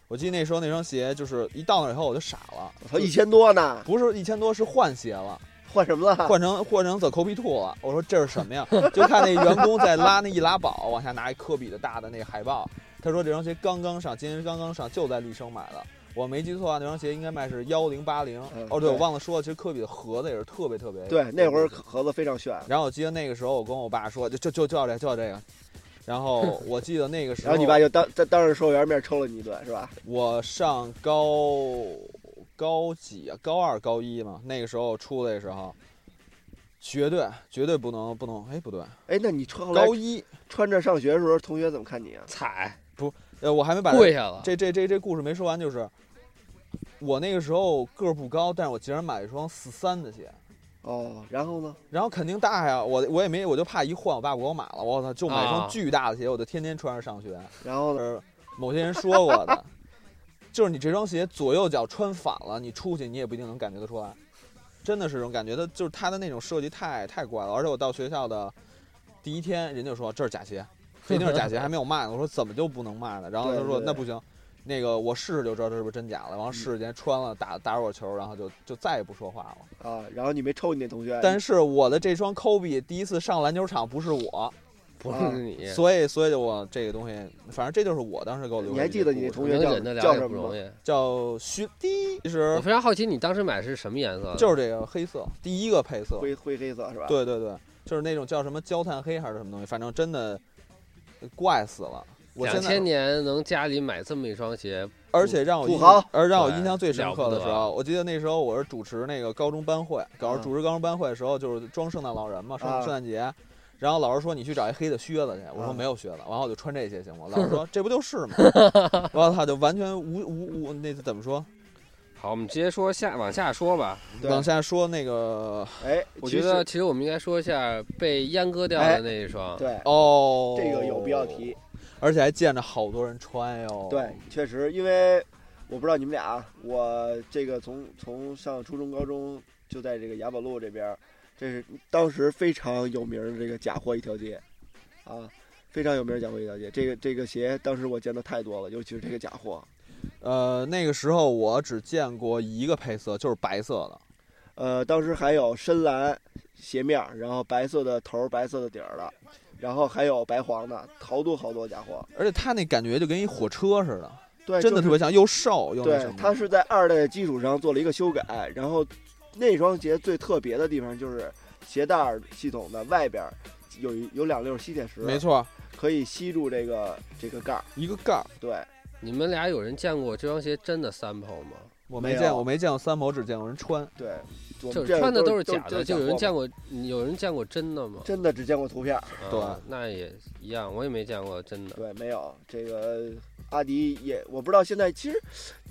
S1: 我记得那时候那双鞋就是一到那以后我就傻了，
S2: 我操，一千多呢，
S1: 不是一千多是换鞋了，
S2: 换什 么了？
S1: 换成换成 The Kobe Two 了。我说这是什么呀？就看那员工在拉那易拉宝，往下拿一科比的大的那个海报。他说这双鞋刚刚上，今天刚刚上，就在丽生买的。我没记错啊，那双鞋应该卖是幺零八零
S2: 嗯。
S1: 哦，对，我
S2: 对
S1: 忘了说了，其实科比的盒子也是特别特别。
S2: 对，那会儿盒子非常炫，
S1: 然后我记得那个时候，我跟我爸说，就就就就要这个，就要这个。然 后我记得那个时
S2: 然
S1: 候，
S2: 后你爸就当在当着售货员面抽了你一顿是吧？
S1: 我上高高几啊？高二、高一嘛，那个时候出来的时候，绝对绝对不能不能，哎，不对，
S2: 哎，那你穿后来
S1: 高一，
S2: 穿着上学的时候，同学怎么看你啊？
S3: 踩
S1: 呃，我还没把这
S3: 跪下了。
S1: 这这这这故事没说完，就是我那个时候个儿不高，但是我竟然买了一双四三的鞋，
S2: 哦，然后呢？
S1: 然后肯定大呀，我我也没，我就怕一换我爸不给我买了，我操，就买一
S3: 啊
S1: 双巨大的鞋，我就天天穿着上学。
S2: 然后
S1: 就
S2: 呢？
S1: 是某些人说过的， 就是你这双鞋左右脚穿反了，你出去你也不一定能感觉得出来，真的是这种感觉。它就是它的那种设计太太怪了，而且我到学校的第一天，人就说这是假鞋，这一定是假鞋，还没有卖呢。我说怎么就不能卖呢？然后他
S2: 对
S1: 说
S2: 对
S1: 那不行。那个我试试就知道这是不是真假了，然后试试前穿了打打会儿球，然后就就再也不说话了。
S2: 啊，然后你没抽你那同学，
S1: 但是我的这双 Kobe 第一次上篮球场不是我，
S3: 不是你，
S1: 所以所以我这个东西，反正这就是我当时给我留
S2: 你
S1: 下的
S2: 还
S1: 一
S2: 记
S1: 个
S2: 得
S1: 故
S2: 你那
S1: 事
S2: 同学
S3: 能
S2: 叫
S3: 忍得了
S2: 叫
S3: 也
S2: 什
S3: 不
S2: 么
S3: 容
S2: 吗？
S3: 易。
S1: 叫雪地，其
S3: 我
S1: 实
S3: 非常好奇你当时买是什么颜色的？
S1: 就是这个黑色，第一个配色。
S2: 灰灰黑色是吧？，
S1: 对对对，就是那种叫什么焦炭黑还是什么东西，反正真的怪死了。我
S3: 两
S1: 现
S3: 千
S1: 在，
S3: 年能家里买这么一双鞋，
S1: 而且让我
S2: 土
S1: 印
S2: 豪
S1: 而让我
S3: 对
S1: 印象最深刻的时
S3: 了
S1: 候，我记得那时候我是主持那个高中班会，搞
S2: 嗯
S1: 主持高中班会的时候，就是装圣诞老人嘛，圣
S2: 啊
S1: 圣诞节。然后老师说你去找一黑的靴子去，我说
S2: 嗯
S1: 没有靴子，然后我就穿这些行吗？老师 说这不就是吗？我操，就完全无无无那怎么说？
S3: 好，我们直接说下往下说吧。
S2: 对
S1: 往下说那个
S2: 哎，
S3: 我
S2: 其
S3: 觉得
S2: 实哎
S3: 其实我们应该说一下被阉割掉的那一双，
S2: 对，
S1: 哦，
S2: 这个有必要提。
S1: 而且还见着好多人穿哟。
S2: 对，确实，因为我不知道你们俩啊，我这个从从上初中、高中就在这个雅宝路这边儿，这是当时非常有名儿的这个假货一条街，啊，非常有名儿的假货一条街。这个这个鞋当时我见的太多了，尤其是这个假货，
S1: 呃，那个时候我只见过一个配色，就是白色的。
S2: 呃，当时还有深蓝鞋面儿，然后白色的头儿、白色的底儿的，然后还有白黄的，好多好多假货。
S1: 而且它那感觉就跟一火车似的，
S2: 对，
S1: 真
S2: 就
S1: 的特别像，又瘦又那什
S2: 对
S1: 么，。
S2: 它是在二代的基础上做了一个修改，然后那双鞋最特别的地方就是鞋带儿系统的外边儿有一有两溜吸铁石，
S1: 没，错，
S2: 可以吸住这个这个盖儿。
S1: 一个盖儿。
S2: 对，
S3: 你们俩有人见过这双鞋真的 sample 吗？
S1: 我
S2: 没
S1: 没
S2: 有
S1: 见，我没见过三毛，只见过人穿。
S2: 对，我们
S3: 就是
S2: 这
S3: 穿的
S2: 都
S3: 是假的，就有人
S2: 货
S3: 见
S2: 嘛
S3: 过，有人见过真的吗？
S2: 真的只见过图片儿，
S3: 啊
S1: 对
S3: 那也一样，我也没见过真的。
S2: 对，没有这个阿迪也，我不知道现在其实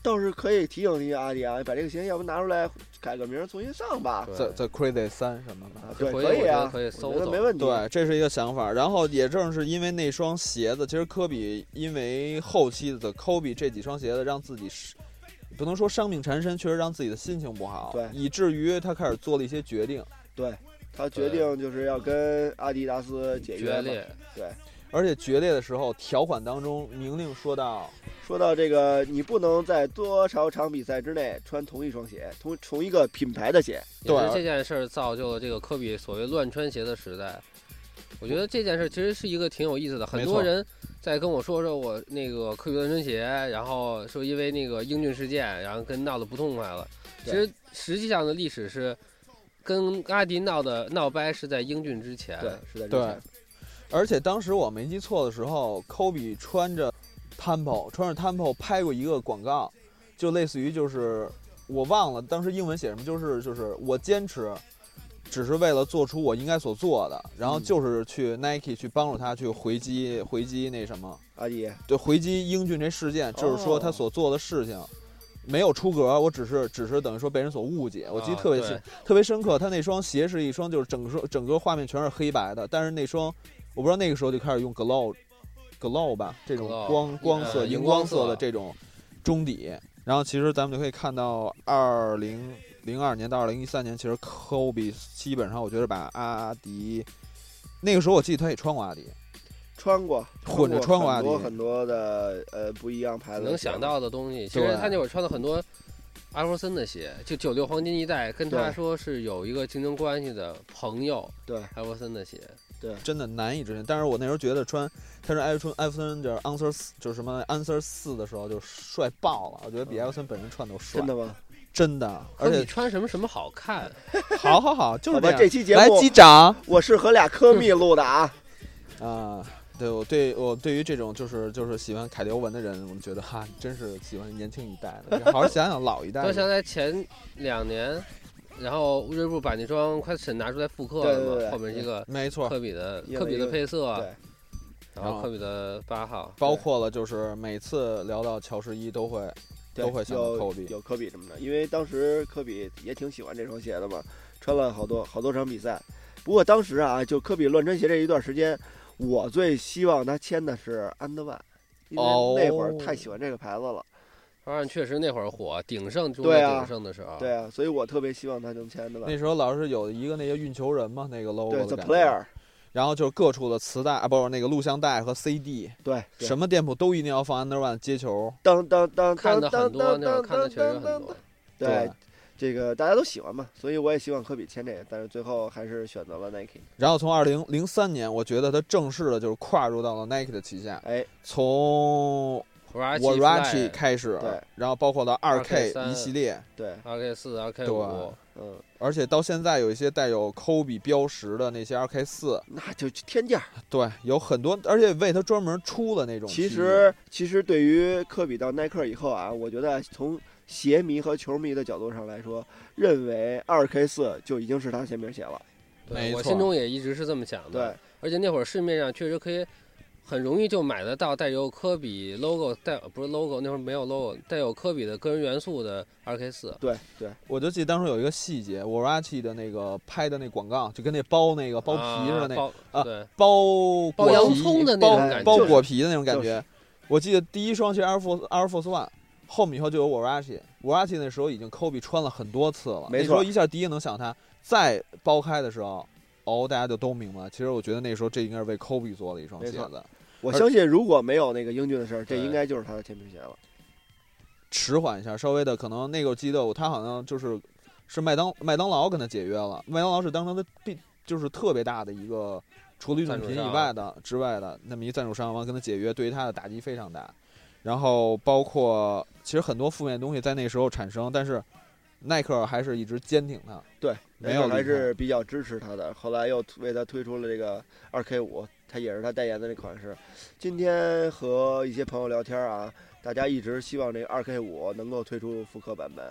S2: 倒是可以提醒提醒阿迪啊，把这个鞋要不拿出来改个名儿重新上吧。
S3: 对
S1: The The Crazy 三什么的。
S2: 啊，
S3: 这
S2: 对，
S3: 回
S2: 可以
S3: 我觉
S2: 啊
S3: 得，可以搜
S2: 我觉得
S3: 搜
S2: 没问题。
S1: 对，这是一个想法。然后也正是因为那双鞋子，其实科比因为后期的 Kobe 这几双鞋子，让自己是不能说伤病缠身，确实让自己的心情不好，
S2: 对
S1: 以至于他开始做了一些决定。
S2: 他决定就是要跟阿迪达斯解约
S3: 决
S2: 嘛。
S3: 裂，
S1: 而且决裂的时候，条款当中明令说到，
S2: 说到这个，你不能在多少场比赛之内穿同一双鞋，同同一个品牌的鞋。
S3: 也
S1: 对
S3: 是这件事儿造就了这个科比所谓乱穿鞋的时代。我觉得这件事儿其实是一个挺有意思的，很
S1: 没
S3: 多
S1: 错
S3: 人在跟我说说我那个科比乱穿鞋，然后说因为那个英俊事件，然后跟闹得不痛快了。其
S2: 对
S3: 实实际上的历史是跟阿迪闹的闹掰是在英俊之前，
S2: 对，是在这
S1: 对
S2: 前。
S1: 而且当时我没记错的时候，科比穿着 Temple 穿着 Temple 拍过一个广告，就类似于就是我忘了当时英文写什么，就是就是我坚持，只是为了做出我应该所做的，然后
S2: 嗯
S1: 就是去 Nike 去帮助他去回击回击那什么，
S2: 阿迪，
S1: 对回击英俊这事件，就是说他
S2: 哦
S1: 所做的事情。没有出格，我只是只是等于说被人所误解。我记得
S3: 啊
S1: 特别
S3: 对
S1: 深、特别深刻，他那双鞋是一双就是整个整个画面全是黑白的，但是那双我不知道那个时候就开始用 glow glow 吧这种
S3: glow，
S1: 光光色
S3: 呃
S1: 荧
S3: 荧
S1: 光
S3: 光
S1: 色的
S3: 色
S1: 这种中底。然后其实咱们就可以看到，二零零二年到二零一三年，其实科比基本上我觉得把阿迪那个时候我记得他也穿过阿迪，
S2: 穿过，
S1: 混着穿过阿
S2: 很
S1: 迪
S2: 多很多的呃不一样牌子的鞋嘛，
S3: 能想到的东西。其实
S1: 对
S3: 他那会儿穿了很多阿弗森的鞋，就九六黄金一代，跟他
S2: 对
S3: 说是有一个竞争关系的朋友，
S2: 对
S3: 阿弗森的鞋，
S1: 真的难以置信。但是我那时候觉得穿他穿艾弗森艾弗森就是 Answer 四就是什么 Answer 四的时候就帅爆了，我觉得比艾弗森本人穿都帅
S2: 嗯真，的吗？
S1: 真的，而
S3: 科比
S1: 且
S3: 穿什么什么好看，
S1: 好好好，就
S2: 好
S1: 是
S2: 吧，
S1: 样
S2: 这。期节
S1: 来
S2: 目
S1: 击掌。
S2: 我是和俩科密录的啊。
S1: 啊，对我对我对于这种就是就是喜欢凯刘雯的人，我觉得哈、真是喜欢年轻一代的，好好想想老一 代
S3: 我想
S1: 的。
S3: 在前两年，然后锐步把那双快审拿出来复刻了嘛，
S2: 对对对
S3: 后面这个
S1: 没错，
S3: 科比的
S2: 印了
S3: 科比
S2: 一
S3: 的
S2: 个
S3: 配色，啊
S2: 对，
S3: 然
S1: 嗯
S3: 后科比的八号，
S1: 包括了就是每次聊到乔十一都会
S2: 对
S1: 都会想到
S2: 有
S1: 科比
S2: 有科比什么的，因为当时科比也挺喜欢这双鞋的嘛。穿了好多好多场比赛。不过当时啊，就科比乱穿鞋这一段时间，我最希望他签的是安德万，因为
S1: 哦
S2: 那会儿太喜欢这个牌子了。
S3: 二万确实那会儿火，鼎盛中
S2: 对
S3: 国
S2: 啊
S3: 鼎盛的时候，
S2: 对啊，所以我特别希望他能签安德万。
S1: 那时候老是有一个那个运球人嘛，那个 logo
S2: 对
S1: 的
S2: ，The
S1: 感觉
S2: Player，
S1: 然后就是各处的磁带啊，不是那个录像带和 CD，
S2: 对，对
S1: 什么店铺都一定要放 Under One 接球。
S2: 当当当
S3: 看
S2: 当
S3: 的
S2: 当当
S3: 很多，
S2: 当
S3: 那会儿看的
S2: 当
S3: 确实很
S2: 当
S3: 多
S2: 当。。对，这个大家都喜欢嘛，所以我也希望科比签这个，但是最后还是选择了 Nike。
S1: 然后从二零零三年，我觉得他正式的就是跨入到了 Nike 的旗下，
S2: 哎，
S1: 从
S3: Warachi
S1: w a r a c h
S3: Fly，
S1: i 开始
S2: 对，
S1: 然后包括到二 K
S3: 2K
S1: 一系列，
S2: 对，
S3: 二 K 四、二 K 五
S1: 对，
S2: 嗯，
S1: 而且到现在有一些带有 Kobe 标识的那些二 K 四，
S2: 那就天价。
S1: 对，有很多，而且为他专门出了那种 T 恤。
S2: 其实，其实对于科比到耐克以后啊，我觉得从鞋迷和球迷的角度上来说，认为二 K 四就已经是他签名鞋了。
S3: 对
S1: 没
S3: 我
S1: 错
S3: 心中也一直是这么想的
S2: 对。，
S3: 而且那会儿市面上确实可以很容易就买得到带有科比 logo 带不是 logo 那会儿没有 logo 带有科比的个人元素的二 K 四，
S2: 对，对，
S1: 我就记得当时有一个细节 w a r a c h i 的那个拍的那广告，就跟那包那个包皮似的那
S3: 啊包
S1: 啊
S3: 对
S1: 包
S3: 包
S1: 果
S3: 洋
S1: 皮
S3: 葱的那
S1: 包
S2: 种感觉
S1: 包
S2: 就是
S1: 果皮的那种感
S2: 就
S1: 觉
S2: 是。
S1: 我记得第一双其实 Air Force Air Force One，后面以后就有 w a r a c h i w a r a c h i 那时候已经 Kobe 穿了很多次了，
S2: 没
S1: 那时
S2: 错
S1: 候一下第一能想他，再剥开的时候，哦，大家就都明白了。其实我觉得那时候这应该是为 Kobe 做的一双
S2: 没
S1: 鞋
S2: 错
S1: 子，
S2: 我
S1: 而
S2: 相信如果没有那个英俊的事儿，这
S3: 对
S2: 应该就是他的签名鞋了。
S1: 迟缓一下，稍微的可能那个我记得我他好像就是是麦当麦当劳跟他解约了，麦当劳是当成他必就是特别大的一个除了运动品
S2: 啊
S1: 以外的之外的那么一赞助商，完跟他解约，对于他的打击非常大。然后包括其实很多负面东西在那时候产生，但是耐克还是一直坚挺他。
S2: 对，
S1: 没有
S2: 耐克还
S1: 离开
S2: 是比较支持他的。后来又为他推出了这个二 K 五，他也是他代言的这款式。今天和一些朋友聊天啊，大家一直希望这个二 K 五能够推出复刻版本。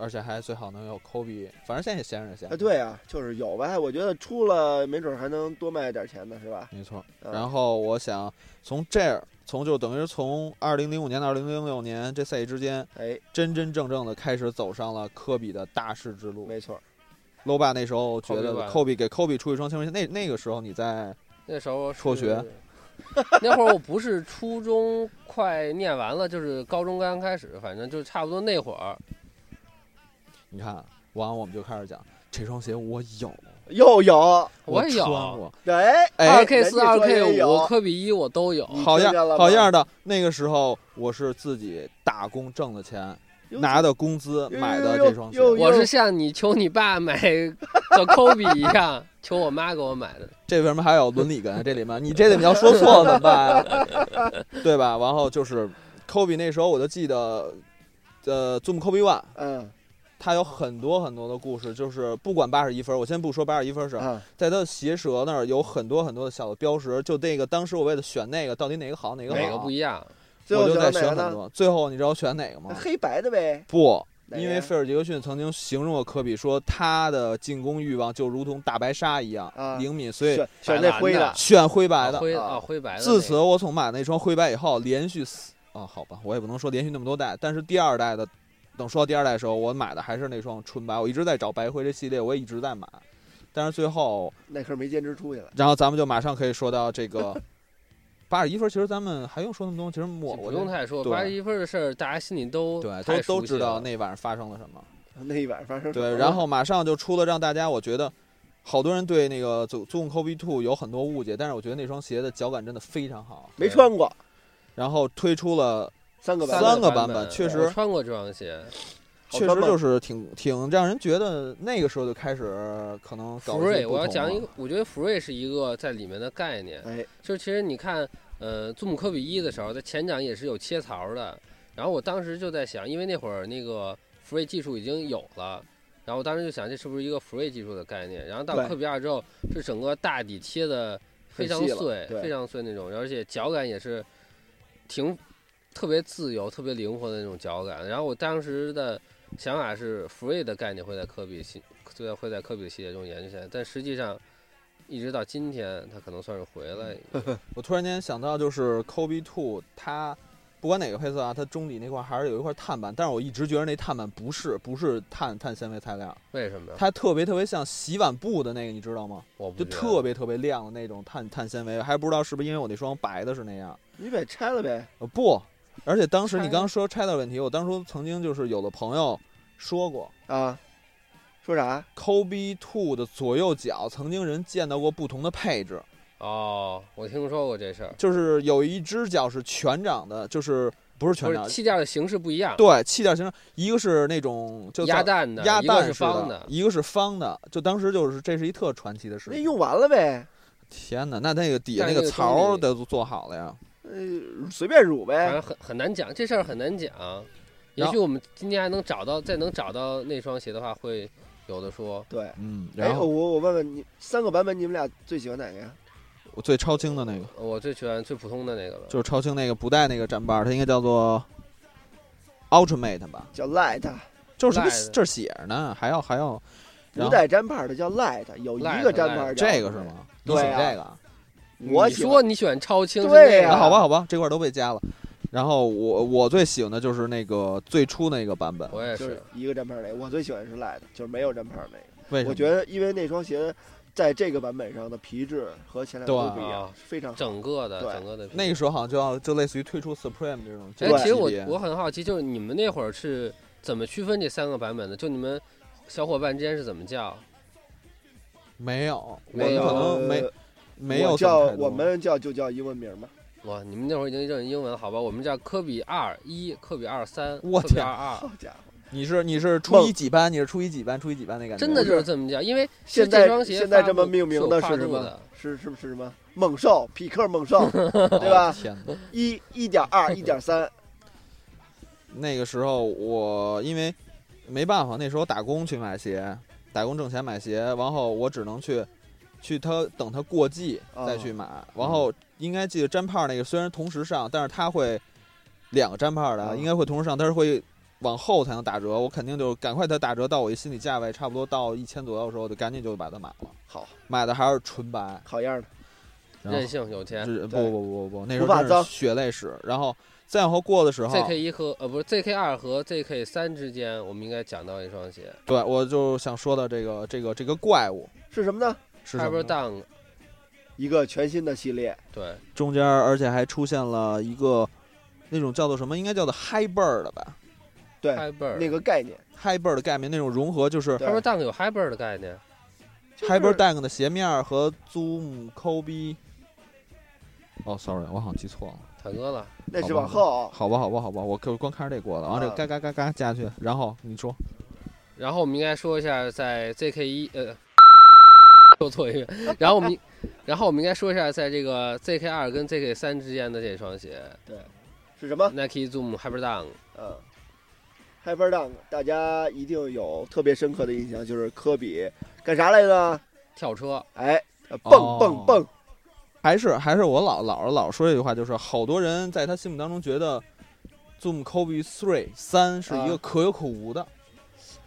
S1: 而且还最好能有 Kobe，反正现在也闲着闲着。
S2: 啊，，对啊，就是有呗。我觉得出了，没准还能多卖点钱呢，是吧？
S1: 没错。
S2: 嗯、
S1: 然后我想从这儿，从就等于是从二零零五年到二零零六年这赛季之间，
S2: 哎，
S1: 真真正正的开始走上了科比的大师之路。
S2: 没错，
S1: l o b a 那时候觉得
S3: Kobe
S1: 科比给科比出一双签名鞋，那那个时候你在
S3: 那时候是
S1: 辍学。
S3: 那会儿我不是初中快念完了，就是高中刚开始，反正就差不多那会儿。
S1: 你看，完了我们就开始讲这双鞋我有，
S2: 又有
S3: 我也
S1: 穿
S3: 有
S1: 过，
S2: 哎
S1: 哎
S3: 二 K 四、二
S2: 人家说
S3: K
S2: 也
S3: 五、
S2: 有
S3: 科比一我都有。
S2: 你
S1: 好
S2: 听
S1: 样
S2: 见了吗
S1: 好样的。那个时候我是自己打工挣的钱，
S2: 哟
S1: 拿的工资
S2: 呦
S1: 买的
S2: 呦
S1: 这双鞋
S2: 呦。呦
S3: 我是像你求你爸买的科比一样，求我妈给我买的。
S1: 这为什么还有伦理哏？这里面 你这里面要说错了怎么办呀？对吧？然后就是科比那时候我就记得，呃，Zoom Kobe One。
S2: 嗯
S1: 他有很多很多的故事，就是不管八十一分，我先不说八十一分是，
S2: 啊，
S1: 在他的鞋舌那儿有很多很多的小的标识，就那个当时我为了选那个，到底哪个好哪个好，啊
S3: 哪个不一样？
S2: 最
S1: 我
S2: 后
S1: 就在
S2: 选
S1: 选
S2: 到
S1: 很
S2: 哪个
S1: 多。最后你知道我选哪个吗
S2: 呢？？黑白的呗，
S1: 不，
S2: 哪个
S1: 因为
S2: 呀
S1: 菲尔杰克逊曾经形容过科比，说他的进攻欲望就如同大白鲨一样
S2: 啊
S1: 灵敏，所以
S2: 选选那
S3: 白蓝
S2: 灰
S3: 的
S2: 的，
S1: 选灰白
S3: 啊
S1: 的。
S3: 灰
S2: 啊
S3: 啊灰白的那个。
S1: 自此，我从买那双灰白以后，连续四啊，好吧，我也不能说连续那么多代，但是第二代的，等说到第二代的时候，我买的还是那双纯白，我一直在找白灰这系列，我也一直在买，但是最后，
S2: 耐克没坚持出去了。
S1: 然后咱们就马上可以说到这 个八十一分，其实咱们还用说那么多，其实我
S3: 不
S1: 我
S3: 用
S1: 就
S3: 太说，
S1: 对
S3: 八十一分的事儿，大家心里都
S1: 对
S3: 太
S1: 都
S3: 熟
S1: 都
S3: 悉
S1: 知道
S3: 了
S1: 那晚上发生了什么，
S2: 那一晚发生什么
S1: 对，
S2: 了
S1: 然后马上就出了让大家我觉得。好多人对那个祖祖 Kobe Two 有很多误解，但是我觉得那双鞋的脚感真的非常好。
S2: 没穿过
S1: 然后推出了
S2: 三个版
S1: 三
S2: 本
S1: 个
S3: 版
S1: 版本确
S3: 我
S1: 实
S3: 穿过这双鞋，
S2: 好
S1: 确
S2: 穿
S1: 实
S2: 吗
S1: 就是挺挺让人觉得那个时候就开始可能搞
S3: 福
S1: 一些
S3: 瑞，
S1: 不
S3: 我要
S1: 同嗯
S3: 讲
S1: 了
S3: 一个，我觉得福瑞是一个在里面的概念，
S2: 哎，
S3: 就是其实你看，呃，祖姆科比一的时候，它前掌也是有切槽的，然后我当时就在想，因为那会儿那个福瑞技术已经有了。然后我当时就想，这是不是一个福瑞技术的概念？然后到
S2: 对
S3: 科比二之后，是整个大底切的非
S2: 很
S3: 常
S2: 细了
S3: 碎，
S2: 对
S3: 非常碎那种，而且脚感也是挺特别自由、特别灵活的那种脚感。然后我当时的想法是，福瑞的概念会在科比系，就在会在科比的系列中延续下来，但实际上一直到今天，它可能算是回来。
S1: 我突然间想到，就是 Kobe Two，他不管哪个配色啊，它中底那块还是有一块碳板，但是我一直觉得那碳板不是不是碳碳纤维材料，
S3: 为什么呀？
S1: 它特别特别像洗碗布的那个，你知道吗？
S3: 我不
S1: 就
S3: 觉得
S1: 特别特别亮的那种碳碳纤维，还不知道是不是因为我那双白的是那样。
S2: 你把它拆了呗。
S1: 呃，不，而且当时你
S3: 拆
S1: 刚说拆的问题，我当初曾经就是有的朋友说过
S2: 啊，说啥？
S1: ，Kobe Two 的左右脚曾经人见到过不同的配置，
S3: 哦，我听说过这事儿，
S1: 就是有一只脚是全掌的，就是不是
S3: 不
S1: 全掌
S3: 是，气垫的形式不一样，
S1: 对，气垫形状，一个是那种就
S3: 鸭
S1: 造
S3: 蛋的，
S1: 鸭
S3: 一个
S1: 蛋
S3: 是
S1: 似的
S3: 方的，哎
S1: 一个是方的，就当时就是这是一特传奇的事
S2: 那
S1: 情。
S2: 用完了呗，
S1: 天哪，那那个底下
S3: 但
S1: 那
S3: 是
S1: 个
S3: 那个
S1: 槽
S3: 东
S1: 儿
S3: 西
S1: 得做好了呀。
S2: 呃，随便乳
S3: 反
S2: 呗。
S3: 正很很难讲，这事儿很难讲。也
S1: 哎然后
S3: 许我们今天还能找到，再能找到那双鞋的话，会有的说。
S2: 对，
S1: 嗯，
S2: 哎，
S1: 然
S2: 我
S1: 后
S2: 我问问你，三个版本你们俩最喜欢哪个呀？
S1: 我最超轻的那个
S3: 我最喜欢最普通的那个了，
S1: 就是超轻那个不带那个毡把儿，它应该叫做 Ultimate 吧？
S2: 叫 light，
S1: 就是不
S3: Light
S1: 这儿写着呢，还要还要，然
S2: 不
S1: 后
S2: 带粘牌的叫 light，有一
S3: Light，
S2: 个粘牌
S3: Light
S2: 叫
S1: 这个是吗？你
S2: 对
S1: 写
S2: 啊
S1: 这个啊？
S2: 我
S3: 你
S2: 喜欢
S3: 说你喜欢超轻，
S2: 对
S3: 是那
S2: 呀
S1: 那
S3: 个
S1: 好吧，好吧，这块儿都被加了。然后我我最喜欢的就是那个最初那个版本，
S3: 我也
S2: 就是
S3: 是，
S2: 一个粘牌那个，我最喜欢是 light，就是没有粘牌那个。
S1: 为什么？
S2: 我觉得因为那双鞋在这个版本上的皮质和前两个都不一
S1: 啊
S2: 样
S3: 对，
S2: 非常好。
S3: 整个的
S2: 对
S3: 整个的皮。
S1: 那个时候好像就要就类似于推出 Supreme 这种。这
S2: 对
S1: 种
S3: 哎，其实我
S1: 级别
S3: 我很好奇，就是你们那会儿是怎么区分这三个版本的？就你们小伙伴之间是怎么叫？
S1: 没有，
S3: 没有
S1: 我可能没
S2: 呃
S1: 没有
S2: 我
S1: 怎么
S2: 叫
S1: 太多
S2: 我们叫就叫英文名嘛，
S3: 哇，你们那会儿已经认英文了，好吧？我们叫科比二一、科比二三、
S1: 我
S3: 科比
S1: 天
S3: 二二
S2: 好，家伙！
S1: 你是你是初
S2: 梦
S1: 一几班？你是初一几班？初一几班那感觉？
S3: 真的
S2: 是
S3: 就是这么叫，因为其实
S2: 现在
S3: 这双鞋
S2: 现在
S3: 发
S2: 这么
S3: 布
S2: 命名
S3: 有
S2: 的
S3: 跨
S2: 是什
S3: 度
S2: 么啊
S3: 的
S2: 是是不是什么猛兽匹克猛 兽，对吧？
S1: 天哪！
S2: 一一点二一点三，
S1: 那个时候我因为没办法，那时候打工去买鞋，打工挣钱买鞋，然后我只能去去他等他过季
S2: 哦
S1: 再去买。然后应该记得粘泡那个虽然同时上，但是他会两个粘泡的，
S2: 哦
S1: 应该会同时上，但是会往后才能打折。我肯定就赶快它打折到我一心理价位，差不多到一千左右的时候，我就赶紧就把它买了。
S2: 好
S1: 买的还是纯白，
S2: 好样的！
S1: 然后
S3: 任性有钱
S1: 是不
S2: 对
S1: 不不不不，那时
S2: 不怕
S1: 候真
S2: 脏
S1: 是血泪史。然后再往后过的时候，
S3: ，ZK 一和呃不是 ZK 二和 ZK 三之间，我们应该讲到一双鞋
S1: 对我就想说的这个这个这个怪物
S2: 是什么呢？
S1: 是什么
S3: Hyper
S1: 呢？
S3: Dunk，
S2: 一个全新的系列，
S3: 对，
S1: 中间而且还出现了一个那种叫做什么，应该叫做 Hyper 的吧
S2: 对，
S3: ，Hyper
S2: 那个概念
S1: ，Hyper 的概念那种融合，就是
S2: 对
S3: Hyper Dunk 有 Hyper 的概念，
S2: 就是
S1: Hyper Dunk 的鞋面儿和 Zoom Kobe。哦，sorry，我好像记错了。
S3: 坦哥了，
S2: 那是往后
S1: 好吧，好吧，好吧，我可光看着这过了，然后这嘎
S2: 啊
S1: 嘎嘎嘎加去，然后你说
S3: 然后我们应该说一下在 ZK 一呃， 说错一遍，然后我们 应，然后我们应该说一下在这个 ZK 二跟 ZK 三之间的这双鞋
S2: 是什么？
S3: ，Nike Zoom Hyper Dunk，
S2: 嗯，Hyper Dunk，大家一定有特别深刻的印象，就是科比干啥来着？
S3: 跳车，
S2: 哎，呃
S1: 哦
S2: 蹦蹦蹦，
S1: 还是还是我老老老说这句话，就是好多人在他心目当中觉得 Zoom Kobe Three 三是一个
S2: 啊
S1: 可有可无的，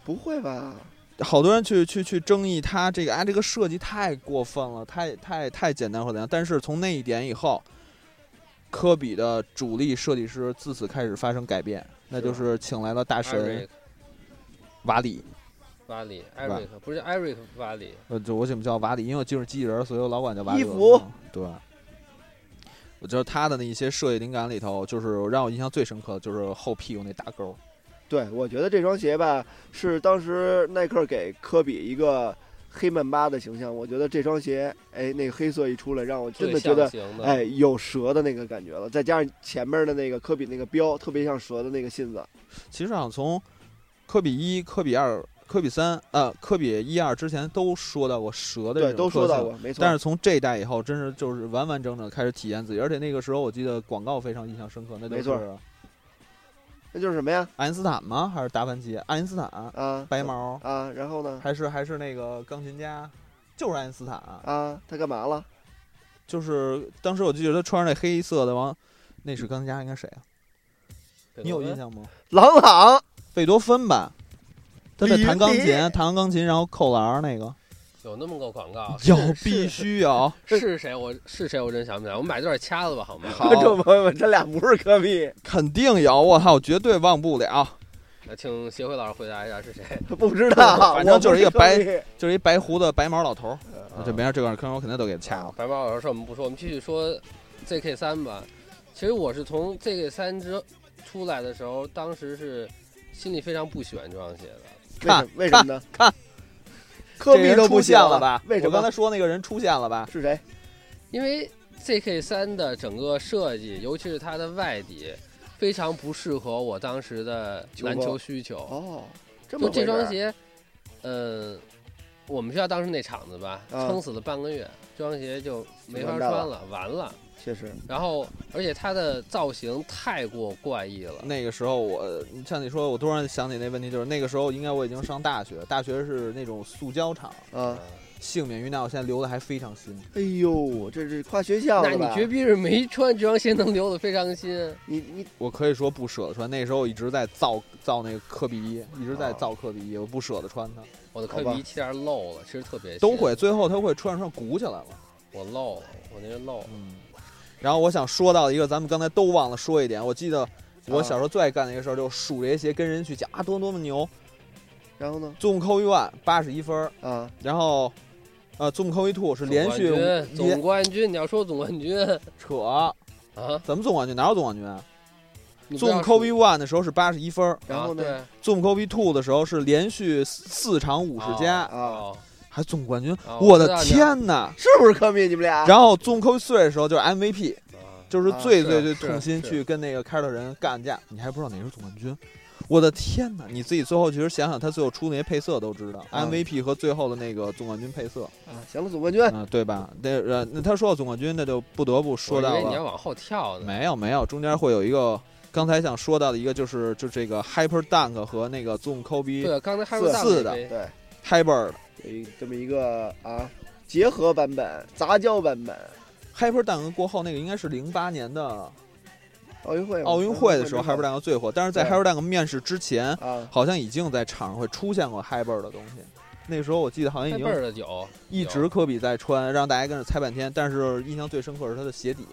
S2: 不会吧？
S1: 好多人去去去争议它这个啊，这个设计太过分了，太太太简单或怎样。但是从那一点以后，科比的主力设计师自此开始发生改变，那就是请来了大神
S3: Eric
S1: 瓦里，
S3: 瓦里
S1: 是吧
S3: ，Eric 不是 Eric 瓦里，
S1: 呃，就我怎么叫瓦里？因为我就是机器人儿，所以我老管叫瓦里。
S2: 衣服
S1: 嗯对，我觉得他的那一些设计灵感里头，就是让我印象最深刻的就是后屁股那大勾儿。
S2: 对，我觉得这双鞋吧，是当时耐克给科比一个黑曼巴的形象。我觉得这双鞋，哎，那个黑色一出来，让我真
S3: 最
S2: 的觉得
S3: 象，形的，
S2: 哎，有蛇的那个感觉了。再加上前面的那个科比那个标，特别像蛇的那个信子。
S1: 其实好像从科比一、科比二、科比三，呃，科比一二之前都说到过蛇的这
S2: 对，
S1: 种
S2: 都说
S1: 特
S2: 到
S1: 性
S2: 过，没错。
S1: 但是从这一代以后，真是就是完完整整地开始体验自己，而且那个时候我记得广告非常印象深刻，那就
S2: 没错
S1: 是
S2: 那就是什么呀？
S1: 爱因斯坦吗？还是达芬奇？爱因斯坦，
S2: 啊，
S1: 白毛，
S2: 啊，然后呢？
S1: 还是还是那个钢琴家，就是爱因斯坦，
S2: 啊，他干嘛了？
S1: 就是当时我记得他穿着那黑色的，完那是钢琴家应该谁啊？
S3: 对
S1: 你有
S3: 我
S1: 印
S3: 们
S1: 象吗？
S2: 朗朗，
S1: 贝多芬吧，他在
S2: 李
S1: 弹钢
S2: 李
S1: 琴，弹完钢琴然后扣篮儿那个，
S3: 有那么个广
S2: 哦
S3: 告，
S1: 有必须有，
S3: 是谁？我是谁？我真想不起来。我们买段掐子吧，好吗？
S1: 好
S2: 观众朋友们，这俩不是科比，
S1: 肯定有，我操，绝对忘不了，
S3: 那请协会老师回答一下是谁？
S2: 不知道，
S1: 反正就是一个白
S2: 我不是科比
S1: 就是一白胡子白毛老头儿，
S3: 啊
S1: 这没事，这个坑我肯定都给掐了。
S3: 白毛老师说我们不说，我们继续说 ZK 三吧。其实我是从 ZK 三之后出来的时候，当时是心里非常不喜欢这双鞋的。
S1: 看
S2: 为什么呢？
S1: 看，
S2: 科
S1: 这
S2: 比
S1: 人
S2: 都
S1: 出
S2: 不
S1: 现
S2: 行
S1: 了吧？
S2: 为什
S1: 我刚才
S2: 么？
S1: 说那个人出现了吧？
S2: 是谁？
S3: 因为 ZK 三的整个设计，尤其是它的外底，非常不适合我当时的篮球需求。
S2: 哦，这么
S3: 就
S2: 回事
S3: 这
S2: 儿
S3: 双鞋，呃，我们学校当时那场子吧，
S2: 啊
S3: 撑死了半个月，这双鞋就没法
S2: 完
S3: 穿
S2: 蛋了
S3: 了，完了。
S2: 确实
S3: 然后，而且它的造型太过怪异了。
S1: 那个时候我你像你说，我突然想起那问题，就是那个时候应该我已经上大学，大学是那种塑胶厂，
S2: 啊。
S1: 幸免于难，我现在留的还非常新。
S2: 哎呦，这是跨学校
S3: 那
S2: 的
S3: 你
S2: 吧？
S3: 绝逼是没穿这双鞋能留的非常新。
S2: 你你
S1: 我可以说不舍得穿，那时候我一直在造造那个科比一，一直
S2: 啊
S1: 在造科比一，我不舍得穿它，
S3: 我的科
S2: 好吧
S3: 比一气垫漏了，其实特别
S1: 都
S3: 新
S1: 会最后它会穿上鼓起来了。
S3: 我漏了，我那是漏了。
S1: 嗯，然后我想说到一个咱们刚才都忘了说一点，我记
S2: 啊
S1: 得我小时候最爱干的一个事儿，就是数这些鞋跟人去讲啊多么多么牛，
S2: 然后呢？
S1: 总扣一万八十一分儿，
S2: 啊，
S1: 然后呃总扣一兔是连续
S3: 总冠军，总
S1: 连
S3: 冠军，你要说总冠军
S1: 扯，
S3: 啊，
S1: 怎么总冠军？哪有总冠军啊？
S3: 你不要
S1: 总
S3: 说
S1: Kobe One 的时候是八十一分儿
S2: 然
S3: 啊
S2: 后呢？
S3: 对
S1: ，Zoom Kobe Two 的时候是连续四四场五十加，
S2: 啊，
S3: 哦
S1: 还总冠军，
S3: 啊
S1: 我
S3: 知道
S1: 的
S3: 你
S1: 天呐！
S2: 是不是科比？你们俩？
S1: 然后 Zoom Kobe Three 的时候就是 MVP，
S3: 啊
S1: 就是
S2: 啊
S1: 最
S3: 是
S1: 最最
S3: 是
S1: 痛心
S3: 是
S1: 去跟那个开尔特人干架，你还不知道哪是总冠军。我的天呐！你自己最后其实想想，他最后出那些配色都知道、
S2: 嗯
S1: m v p 和最后的那个总冠军配色，
S2: 啊，行了，总 冠军
S1: 嗯、对吧？那呃，那他说到总冠军，那就不得不说
S3: 我以
S1: 到
S3: 为你
S1: 了
S3: 要往后跳呢。
S1: 没有没有，中间会有一个刚才想说到的一个就是就这个 Hyper Dunk 和那个 Zoom Kobe
S3: 对，啊刚才还
S2: 四
S3: 有大
S1: 四
S3: 美
S1: 的
S3: 杯
S1: Hyper 的
S2: 有一这么一个啊结合版本、杂交版本，
S1: Hyper Dunk 过后那个应该是零八年的
S2: 奥运会嘛
S1: 奥运会的时候
S2: 还
S1: Hyper
S2: 不
S1: Dunk 最火，但是在
S2: 对
S1: Hyper Dunk 面世之前，
S2: 啊，
S1: 好像已经在场上会出现过 Hyper 的东西。那时候我记得好像
S3: 开
S1: 已
S3: 倍儿
S1: 经啊
S3: 的酒，
S1: 一直科比在穿，让大家跟着猜半天。但是印象最深刻是他的鞋底，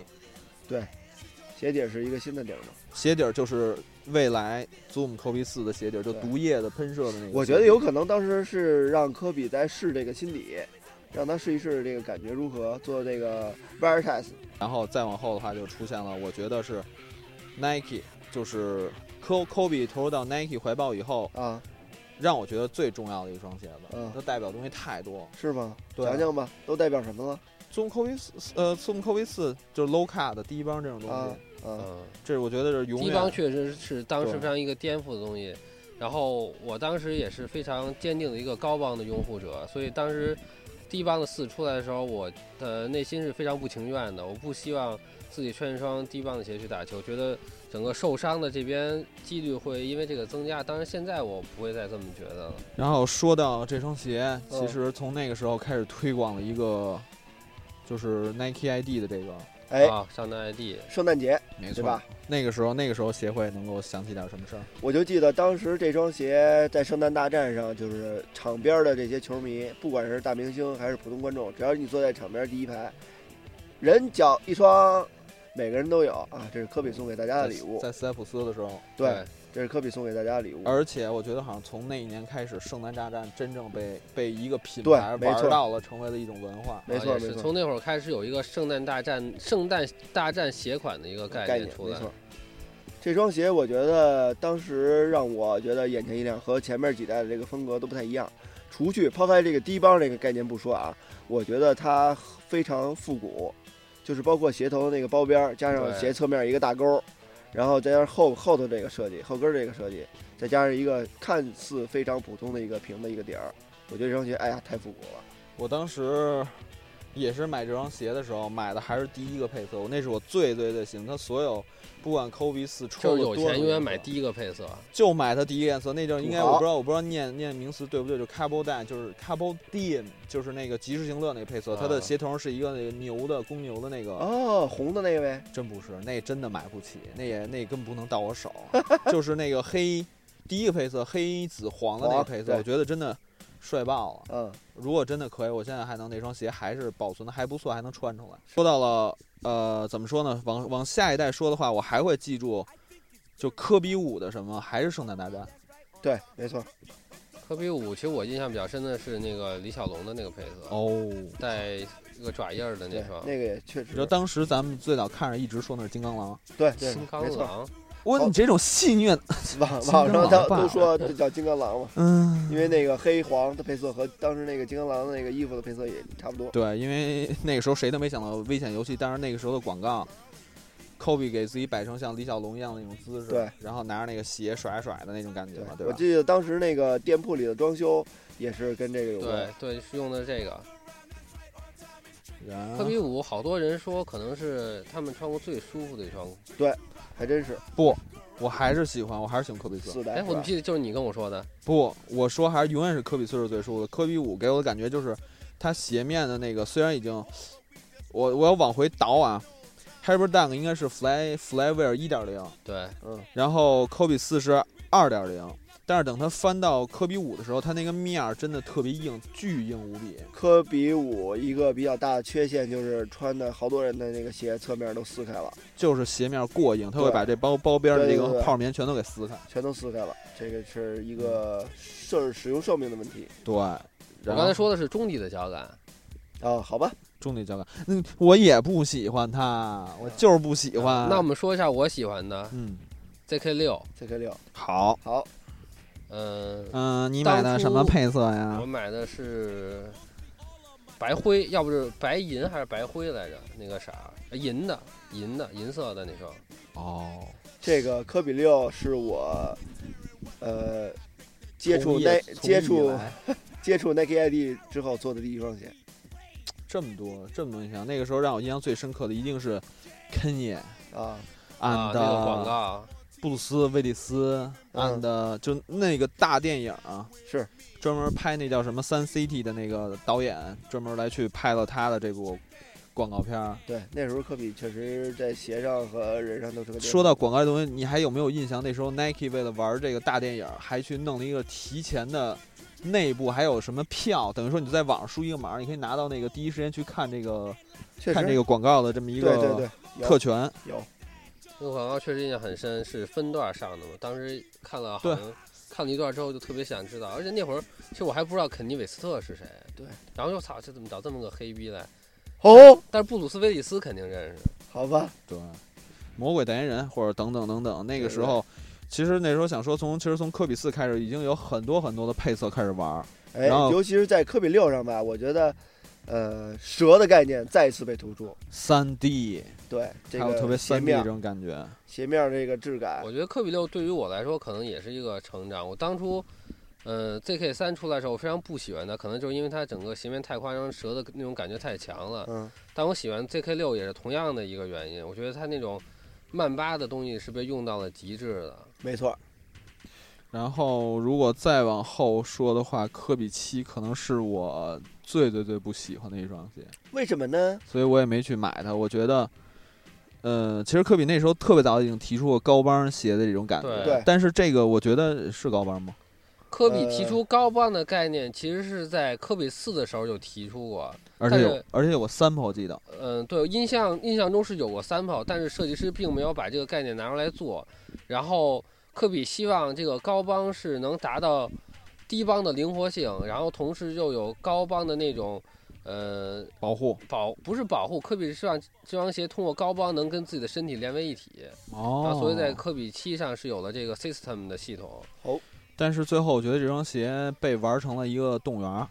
S2: 鞋底是一个新的底儿嘛。
S1: 鞋底儿就是未来 Zoom Kobe 四的鞋底儿，就
S2: 对
S1: 毒液的喷射的那个。
S2: 我觉得有，可能当时是让科比在试这个新底，让他试一试这个感觉如何，做这个 wear test。
S1: 然后再往后的话就出现了，我觉得是 Nike，就是科 Kobe 投入到 Nike 怀抱以后，
S2: 啊，
S1: 让我觉得最重要的一双鞋子，
S2: 嗯
S1: 它代表东西太多了。
S2: 是吗？
S1: 对啊
S2: 讲讲吧，都代表什么了？
S1: Zoom Kobe 四，呃，Zoom Kobe 四就是 low cut 的第一帮这种东西，
S2: 啊啊
S3: 嗯，
S1: 这是我觉得是永
S3: 第一
S1: 远
S3: 帮确实是当时
S1: 对
S3: 非常一个颠覆的东西。然后我当时也是非常坚定的一个高帮的拥护者，所以当时低帮的四出来的时候，我的内心是非常不情愿的。我不希望自己穿一双低帮的鞋去打球，觉得整个受伤的这边几率会因为这个增加。当然现在我不会再这么觉得了。
S1: 然后说到这双鞋，
S2: 嗯
S1: 其实从那个时候开始推广了一个，就是 Nike ID 的这个，
S2: 哎，
S3: 啊，上单 ID
S2: 圣诞节
S1: 没
S2: 对吧？？
S1: 那个时候，那个时候协会能够想起点什么事儿？
S2: 我就记得当时这双鞋在圣诞大战上，就是场边的这些球迷，不管是大明星还是普通观众，只要你坐在场边第一排，人脚一双，每个人都有啊。这是科比送给大家的礼物，嗯
S1: 在斯莱普斯的时候，
S2: 对，，这是科比送给大家的礼物。
S1: 而且我觉得好像从那一年开始，圣诞大战真正被被一个品
S2: 对
S1: 牌
S2: 没错
S1: 玩到了，成为了一种文化。
S2: 没
S3: 啊
S2: 错
S3: 也
S2: 没
S3: 是
S2: 错，
S3: 从那会儿开始有一个圣诞大战、圣诞大战鞋款的一个
S2: 概
S3: 概
S2: 念
S3: 出
S2: 没
S3: 来。
S2: 错。这双鞋我觉得当时让我觉得眼前一亮，和前面几代的这个风格都不太一样。除去抛开这个低帮这个概念不说啊，我觉得它非常复古，就是包括鞋头那个包边儿，加上
S3: 对
S2: 鞋侧面一个大勾儿，然后再加上后后头这个设计，后跟儿这个设计，再加上一个看似非常普通的一个平的一个底儿，我觉得这双鞋哎呀太复古了。
S1: 我当时也是买这双鞋的时候，买的还是第一个配色，我那是我最最最喜欢它所有，不管 Kobe 四
S3: 就
S1: 抽
S3: 是
S1: 的
S3: 有
S1: 多少
S3: 钱永远
S1: 颜
S3: 买
S1: 色
S3: 第一个配色，
S1: 就买它第一个颜色，那就是应该
S2: 土豪
S1: 我不知道我不知道念念名词对不对，就 c a b o d i n 就是 c a b o d i n 就是那个及时行乐那个配色，
S3: 啊
S1: 它的鞋头是一个那个牛的公牛的那个，
S2: 嗯哦，红的那位
S1: 真不是，那真的买不起，那也那根本不能到我啊 手，就是那个黑第一个配色黑紫黄的那个配色，
S2: 黄
S1: 我觉得真的帅爆了。
S2: 嗯，
S1: 如果真的可以，我现在还能那双鞋还是保存的还不错，还能穿出来。说到了，呃，怎么说呢？往往下一代说的话，我还会记住，就科比五的什么，还是圣诞大战。
S2: 对，没错，
S3: 科比五，其实我印象比较深的是那个李小龙的那个配色，
S1: 哦，
S3: 带一个爪印儿的
S2: 对
S3: 那双，，
S2: 那个也确
S1: 你知道
S2: 实，
S1: 当时咱们最早看着一直说那是金刚狼，
S2: 对对，
S3: 金刚
S2: 没错，
S3: 狼，
S1: 哇，你这种戏虐，
S2: 网
S1: 金刚
S2: 网上
S1: 狼
S2: 他
S1: 吧
S2: 都说这叫金刚狼嘛，
S1: 嗯，
S2: 因为那个黑黄的配色和当时那个金刚狼的那个衣服的配色也差不多。
S1: 对，因为 那个时候谁都没想到危险游戏，但是那个时候的广告。科比给自己摆成像李小龙一样的那种姿势，
S2: 对，
S1: 然后拿着那个鞋甩啊来甩的那种感觉嘛，对
S2: 我
S1: 吧？
S2: 记得当时那个店铺里的装修也是跟这个有关
S3: 对。对，是用的这个。
S1: 然
S2: 嗯
S3: 科比五，好多人说可能是他们穿过最舒服的一双。
S2: 还真是
S1: 我还是喜欢，我还是喜欢科比四。
S2: 四代。
S3: 哎，
S2: 是
S3: 我
S2: 吧
S3: 们记得就是你跟我说的，
S1: 不，我说还是永远是科比岁数最舒服的。科比五给我的感觉就是，他鞋面的那个虽然已经，我我要往回倒啊，Hyper Dunk 应该是 Fly Flyware 一点零，
S3: 对，
S1: 然后科比四是二点零，但是等他翻到科比五的时候，他那个面儿真的特别硬，巨硬无比。
S2: 科比五一个比较大的缺陷就是穿的好多人的那个鞋侧面都撕开了，
S1: 就是鞋面过硬，它会
S2: 对
S1: 把这包包边的这
S2: 对对
S1: 个
S2: 对
S1: 泡棉全都给撕开。
S2: 全都撕开了，这个是一个设使用寿命的问题
S1: 对，
S3: 我
S1: 然
S3: 刚才
S1: 后
S3: 说的是中底的脚感，
S2: 啊。好吧，
S1: 重点脚感，嗯，我也不喜欢它，我就是不喜
S2: 啊
S1: 欢。
S3: 那我们说一下我喜欢的
S1: 嗯，
S3: ZK 六，
S2: CK 六
S1: 好。
S2: 好，
S3: 嗯、
S1: 嗯、你买的什么配色呀
S3: 我？买的是白灰，要不是白银还是白灰来着，那个色儿，呃银的，银的，银色的那双。
S1: 哦，
S2: 这个科比六是我呃接
S1: 从
S2: 触
S1: 业
S2: Nike
S1: 从
S2: 接
S1: 业以
S2: 触
S1: 来
S2: 接触 Nike ID 之后做的第一双鞋，
S1: 这么多这么多印象，那个时候让我印象最深刻的一定是 Kanye
S2: 啊，
S3: 啊
S1: and、，
S3: 那个广告，
S1: 布鲁斯威利斯 and、
S2: 嗯
S1: 就那个大电影啊，
S2: 是
S1: 专门拍那叫什么三 CT 的那个导演，专门来去拍了他的这部广告片儿。
S2: 对，那时候科比确实在鞋上和人上都是个
S1: 说到广告的东西，你还有没有印象？那时候 Nike 为了玩这个大电影，还去弄了一个提前的内部还有什么票，等于说你就在网上输一个码，你可以拿到那个第一时间去看这个
S2: 确
S1: 看这
S2: 实
S1: 个广告的这么一
S2: 对对
S1: 个
S2: 对
S1: 特权。
S2: 有
S3: 那个广告确实印象很深，是分段上的嘛。当时看了，好
S1: 对
S3: 像看了一段之后就特别想知道，而且那会儿其实我还不知道肯尼韦斯特是谁，
S2: 对，
S3: 然后就操，这怎么找这么个黑逼来？
S2: 哦，
S3: 但是布鲁斯威利斯肯定认识，
S2: 好吧，
S1: 对，魔鬼代言人或者等等等等，那个时候。其实那时候想说从，其实从科比四开始，已经有很多很多的配色开始玩儿。
S2: 哎，
S1: 然后
S2: 尤其是在科比六上吧，我觉得，呃，蛇的概念再次被突出。
S1: 三 D，
S2: 对，这
S1: 还有特别
S2: 个鞋
S1: 三 D 这
S2: 面
S1: 种感觉。
S2: 鞋面这个质感
S3: 我，觉得科比六对于我来说可能也是一个成长。我当初，呃，ZK 三出来的时候，我非常不喜欢它，可能就是因为它整个鞋面太夸张，折的那种感觉太强了。
S2: 嗯，
S3: 但我喜欢 ZK 六也是同样的一个原因，我觉得它那种曼巴的东西是被用到了极致的。
S2: 没错，
S1: 然后，如果再往后说的话，科比七可能是我最最最不喜欢的一双鞋，
S2: 为什么呢？
S1: 所以我也没去买它。我觉得，呃，其实科比那时候特别早已经提出过高帮鞋的这种感觉，
S3: 对
S2: 对
S1: 但是这个我觉得是高帮吗？
S3: 科比提出高帮的概念，其实是在科比四的时候就提出过。
S1: 而且
S3: 但
S1: 有
S3: 是，
S1: 而且有个 sample 记得，
S3: 嗯，对，印象印象中是有过三炮，但是设计师并没有把这个概念拿出来做。然后科比希望这个高帮是能达到低帮的灵活性，然后同时又有高帮的那种，呃，
S1: 保护
S3: 保不是保护，科比是让这双鞋通过高帮能跟自己的身体连为一体。
S1: 哦
S3: 那所以在科比七上是有了这个 system 的 系统。
S1: 但是最后我觉得这双鞋被玩成了一个动物园儿。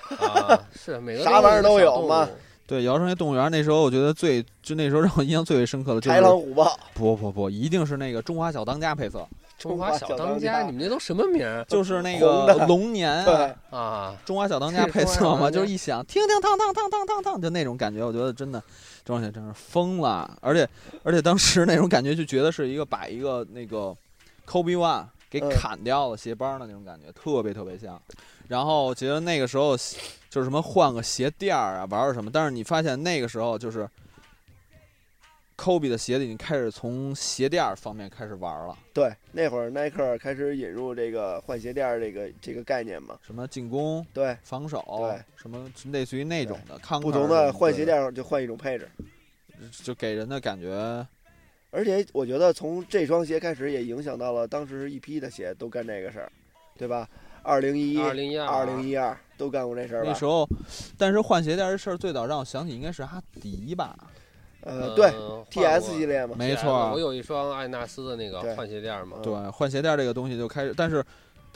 S3: 啊，是每个
S2: 啥玩意儿
S3: 都
S2: 都
S3: 是小
S2: 有
S3: 动
S2: 嘛
S3: 物
S1: 对，摇成一动物园儿那时候，我觉得最就那时候让我印象最为深刻的就
S2: 豺狼
S1: 是
S2: 虎豹，
S1: 不不不，一定是那个中华小当家配色，
S3: 中华小当家，你们这都什么名儿
S1: 就是那
S2: 红的
S1: 个龙年啊
S2: 对，
S3: 啊？
S1: 中华小当家配
S3: 中
S1: 色
S3: 华小当
S1: 嘛，
S3: 家
S1: 就是一想，听听烫烫烫烫烫烫，就那种感觉，我觉得真的，周小姐真是疯了，而且而且当时那种感觉就觉得是一个把一个那个 Kobe One 给
S2: 嗯
S1: 砍掉了鞋帮的那种感觉，特别特别像。然后我觉得那个时候就是什么换个鞋垫儿啊，玩儿什么，但是你发现那个时候就是科比的鞋底已经开始从鞋垫儿方面开始玩了，
S2: 对，那会儿耐克开始引入这个换鞋垫儿这个这个概念嘛，
S1: 什么进攻、
S2: 对，
S1: 防守
S2: 对，
S1: 什么类似于那种的，康
S2: 不同的换鞋垫儿就换一种配置。
S1: 就给人的感觉，
S2: 而且我觉得从这双鞋开始，也影响到了当时一批的鞋都干这个事儿，对吧？二零一一、
S3: 二零一
S2: 二
S3: 二
S2: 零一二都干过这事儿
S1: 那
S2: 吧
S1: 时？候，但是换鞋垫儿这事儿最早让我想起应该是阿迪吧，
S3: 嗯
S2: 呃，对，TS 系
S3: 列
S2: 列嘛，
S1: 没错啊
S3: 我
S1: 儿，
S3: 有一双艾纳斯的那个
S2: 对
S3: 换鞋垫儿嘛，
S2: 嗯
S1: 对，换鞋垫儿这个东西就开始，但是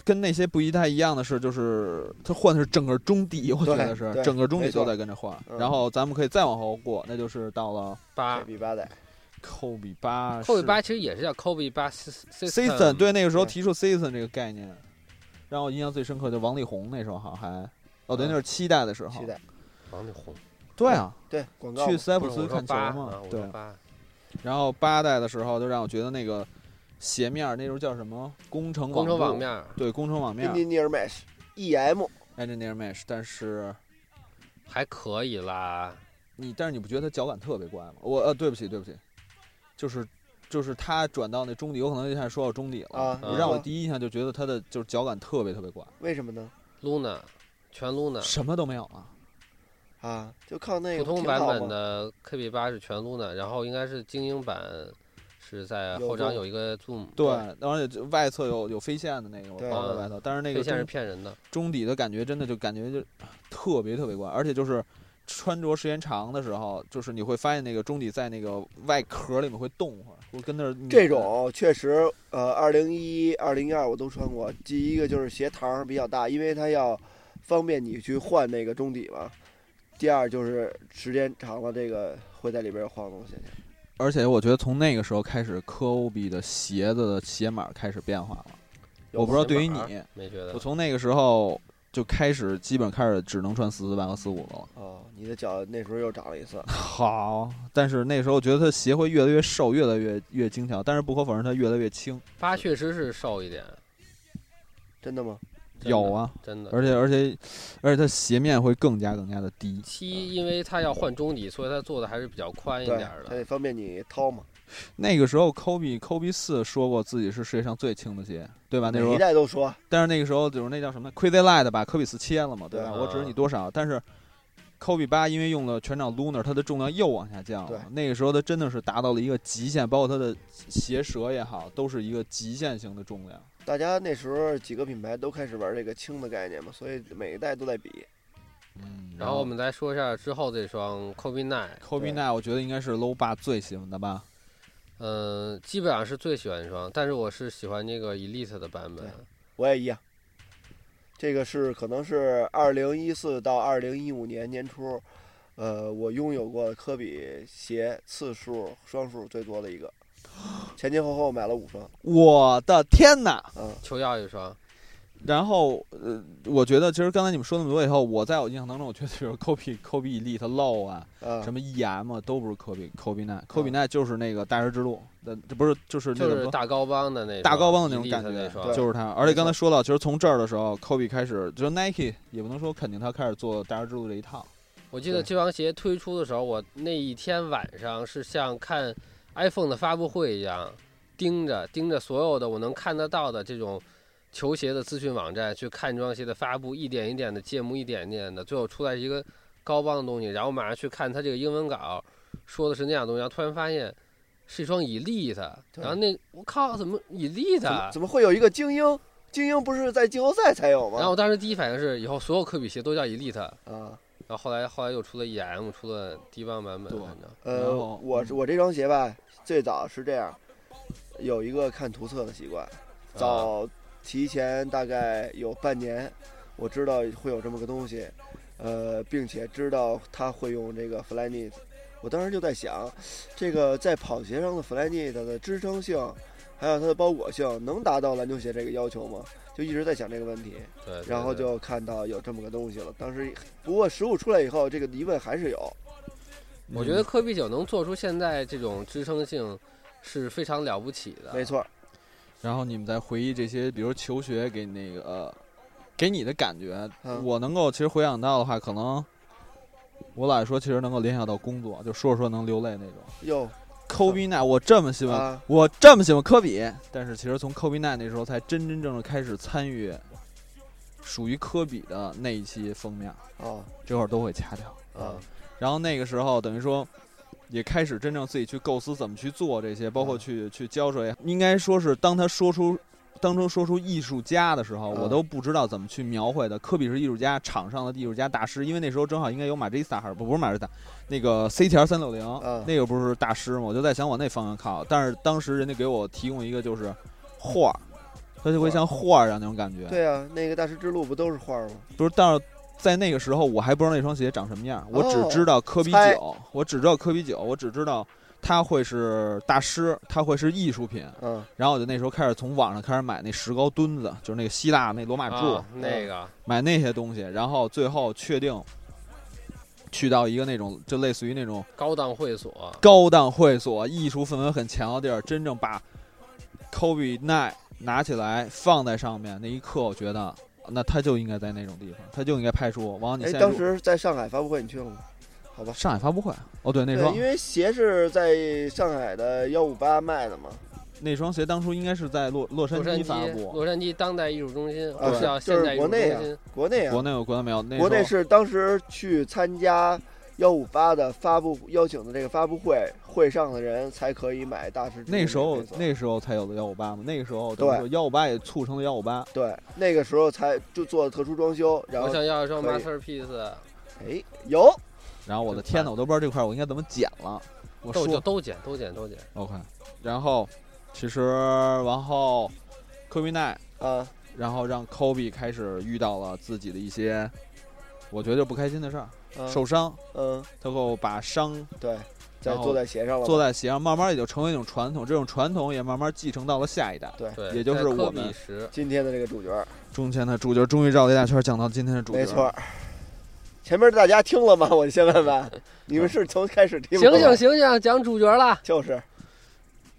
S1: 跟那些不一太一样的是，就是它换的是整个中底，我觉得是
S2: 对
S1: 整个中底
S2: 没错
S1: 都在跟着换。
S2: 嗯
S1: 然后咱们可以再往后过，那就是到了
S3: 八
S2: 比八代，
S1: 科比八，
S3: 科比八其实也是叫科比八
S1: season，
S3: season，
S1: 对，那个时候
S2: 对
S1: 提出 season 这个概念，让我印象最深刻就王力宏那时候好像还，哦对，
S2: 嗯
S1: 那是七代的时候
S2: 期，待
S3: 王力宏，
S1: 对啊，
S2: 对广告
S1: 去
S2: 嘛
S1: 斯莱普
S3: 不是
S1: 斯
S3: 我说
S1: 看球
S3: 八
S1: 嘛
S3: 啊，，我
S1: 对
S3: 说，八，
S1: 然后八代的时候就让我觉得那个鞋面儿那时候叫什么工程
S3: 工程
S1: 网
S3: 网
S1: 络
S3: 面儿，
S1: 对工程网面儿
S2: Engineer Mesh EM，
S1: engineer mesh，但是
S3: 还可以啦，
S1: 你但是你不觉得它脚感特别怪吗？我呃对不起对不起，就是。就是他转到那中底，有可能一下说到中底了。
S2: 啊
S1: 你让我
S2: 啊
S1: 第一印象就觉得他的就是脚感特别特别怪，
S2: 为什么呢？
S3: Luna，全 Luna，
S1: 什么都没有了。
S2: 啊，就靠那
S3: 普
S2: 个
S3: 通
S2: 挺
S3: 版
S2: 好
S3: 本
S2: 嘛
S3: 的 KB 八是全 Luna，然后应该是精英版是在
S2: 有
S3: 后掌
S2: zoom
S3: 有一个 zoom，
S1: 对，而且就外侧有有飞线的那个，我
S2: 对
S1: 包在外头，但是那
S3: 这
S1: 个
S3: 线是
S1: 中
S3: 骗人的，
S1: 中底的感觉真的就感觉就啊特别特别怪，而且就是穿着时间长的时候，就是你会发现那个中底在那个外壳里面会动会儿，会跟那儿拧
S2: 这种确实，呃，二零一一、二零一二我都穿过。第一个就是鞋膛比较大，因为它要方便你去换那个中底嘛。第二就是时间长了，这个会在里边晃动现象。
S1: 而且我觉得从那个时候开始，科比的鞋子的鞋码开始变化了。
S2: 有
S1: 我不知道
S3: 鞋
S1: 对于
S3: 码儿
S1: 你，
S3: 没觉得
S1: 我，从那个时候就开始，基本开始只能穿四四半和四五的了。
S2: 哦，你的脚那时候又长了一次，
S1: 好，但是那时候我觉得他鞋会越来越瘦，越来越越精巧，但是不可否认，它越来越轻。
S3: 八确实是瘦一点，
S2: 真的吗？
S3: 真的
S1: 有啊，
S3: 真的。
S1: 而且而且而且它鞋面会更加更加的低。
S3: 七，因为它要换中底，所以它做的还是比较宽一
S2: 对
S3: 点儿，
S2: 它
S3: 的。
S2: 得方便你掏嘛。
S1: 那个时候科比科比四说过自己是世界上最轻的鞋，对吧？那时
S2: 每
S1: 候
S2: 一，代都说，
S1: 但是那个时候就是那叫什么 Crazy Light 把科比四切了嘛，对吧？
S3: 对
S1: 我指着你多少，但是。科比八因为用了全场 Lunar，它的重量又往下降
S2: 对
S1: 了。那个时候它真的是达到了一个极限，包括它的鞋舌也好，都是一个极限型的重量。
S2: 大家那时候几个品牌都开始玩这个轻的概念嘛，所以每一代都在比。
S1: 嗯，
S3: 然后我们再说一下之后这双 Kobe Nine，
S1: 科比
S2: 对
S1: 那我觉得应该是 Low 爸最喜欢的吧。
S3: 嗯，基本上是最喜欢一双，但是我是喜欢这个 Elite 的版本
S2: 对。我也一样。这个是可能是二零一四到二零一五年年初，呃，我拥有过的科比鞋次数双数最多的一个，前前后后买了五双。
S1: 我的天哪！
S2: 嗯，
S3: 求要一双，
S1: 然后呃，我觉得其实刚才你们说那么多以后，我在我印象当中，我觉得比如 Kobe Kobe Elite Low 啊，
S2: 啊
S1: 什，么 EM 啊都不是 Kobe Kobe Nine Kobe Nine 就是那个大师之路，那这不是就是那
S3: 啊就
S1: 种
S3: 是大高帮的那
S1: 大
S3: 双
S1: 高帮的那种
S3: Elite
S1: 感
S3: 那
S1: 觉
S3: 双，
S2: 对
S1: 就是他。而且刚才
S2: 没错
S1: 说到，其实从这儿的时候，Kobe 开始就是 Nike 也不能说肯定他开始做大师之路这一套，
S3: 我记得
S2: 对
S3: 这双鞋推出的时候，我那一天晚上是像看 iPhone 的发布会一样，盯着盯着所有的我能看得到的这种球鞋的资讯网站去看这双鞋的发布，一点一点的揭幕，一点一点的，最后出来一个高帮的东西，然后马上去看它这个英文稿，说的是那样东西，然后突然发现是一双 Elite，
S2: 对
S3: 然后那我靠，怎么 Elite？
S2: 怎么怎么会有一个精英？精英不是在季后赛才有
S3: 然后
S2: 吗？
S3: 我当时第一反应是，以后所有科比鞋都叫 Elite，
S2: 啊，
S3: 然后后来后来又出了 EM，出了低帮版本，
S1: 对
S3: 反正。
S1: 然
S2: 呃
S1: 后，
S2: 我我这双鞋吧，最早是这样，有一个看图册的习惯，早提前大概有半年，我知道会有这么个东西，呃，并且知道他会用这个 Flyknit，我当时就在想，这个在跑鞋上的 Flyknit 的支撑性，还有它的包裹性，能达到篮球鞋这个要求吗？就一直在想这个问题，
S3: 对，对
S2: 然后
S3: 对
S2: 就看到有这么个东西了。当时不过实物出来以后，这个疑问还是有。
S1: 嗯
S3: 我觉得科比九能做出现在这种支撑性，是非常了不起的。
S2: 没，错，
S1: 然后你们再回忆这些，比如求学给那个、呃给你的感觉，
S2: 嗯
S1: 我能够其实回想到的话，可能我老实说，其实能够联想到工作，就说着说着能流泪那种。
S2: 哟，
S1: 科比奈，我这么喜欢，
S2: 啊，
S1: 我这么喜欢科比，但是其实从科比奈那时候才真真正正开始参与属于科比的那一期封面，
S2: 哦，
S1: 这会儿都会掐掉。
S3: 啊，
S1: 然后那个时候等于说。也开始真正自己去构思怎么去做这些，包括
S2: 嗯
S1: 去、去教出来。应该说是当他说出，当初说出艺术家的时候，
S2: 嗯
S1: 我都不知道怎么去描绘的。科比是艺术家，场上的艺术家大师，因为那时候正好应该有马吉萨，还是不不是马吉萨，那个 CTR 三六零
S2: 嗯，
S1: 那个不是大师吗？我就在想往那方向靠，但是当时人家给我提供一个就是画儿，他就会像画儿一样那种感觉。
S2: 对啊，那个大师之路不都是画儿吗？
S1: 不是到在那个时候，我还不知道那双鞋长什么样，我只
S2: 哦
S1: 知道科比
S2: 猜
S1: 九，我只知道科比九，我只知道它会是大师，它会是艺术品。
S2: 嗯，
S1: 然后我就那时候开始从网上开始买那石膏墩子，就是那个希腊那罗马柱，
S2: 嗯
S3: 啊那个
S1: 买那些东西，然后最后确定去到一个那种就类似于那种
S3: 高档会所，
S1: 高档会所、艺术氛围很强的地儿，真正把 Kobe 奈拿起来放在上面那一刻，我觉得那他就应该在那种地方，他就应该拍出。王，你
S2: 哎，
S1: 现在
S2: 当
S1: 如
S2: 时在上海发布会你去了吗？好吧，
S1: 上海发布会，哦对，那
S2: 对，
S1: 双
S2: 因为鞋是在上海的幺五八卖的嘛，
S1: 那双鞋当初应该是在洛洛杉
S3: 洛杉
S1: 矶发
S3: 矶，
S1: 布，
S3: 洛杉矶当代艺术中心，
S2: 啊
S3: 不叫
S2: 就是
S3: 现代艺术
S2: 国
S3: 中
S2: 内啊
S3: 心，
S2: 国内啊，
S1: 国内有国内没有？那
S2: 国内
S1: 时候
S2: 是当时去参加幺五八的发布邀请的这个发布会，会上的人才可以买大师之路
S1: 那时候
S2: 配色
S1: 那时候才有的幺五八嘛，那个时候等于
S2: 对
S1: 说幺五八也促成了幺五八，
S2: 对那个时候才就做特殊装修，然
S3: 我
S2: 后
S3: 想要一双
S2: 可以
S3: masterpiece，
S2: 哎有
S1: 然后我的天呐，我都不知道这块儿我应该怎么剪了，我
S3: 都
S1: 说
S3: 就都剪都剪都剪，
S1: OK，然后其实然后科比奈
S2: 啊
S1: 然后让 Kobe 开始遇到了自己的一些，我觉得不开心的事儿，
S2: 啊
S1: 受伤，
S2: 嗯
S1: 他给我把伤
S2: 对，在
S1: 然后
S2: 坐在鞋上了
S1: 坐
S2: 嘛
S1: 在鞋上，慢慢也就成为一种传统，这种传统也慢慢继承到了下一代。
S3: 对，
S1: 也就是
S3: 在科
S1: 我
S3: 比
S1: 们
S3: 时，
S2: 今天的这个主角，
S1: 中间的主角终于绕了一大圈，讲到今天的主角，
S2: 没错。前面大家听了吗？我先问 问，你们是从开始听
S3: 醒
S2: 吗
S3: 醒，醒醒，讲主角了。
S2: 就是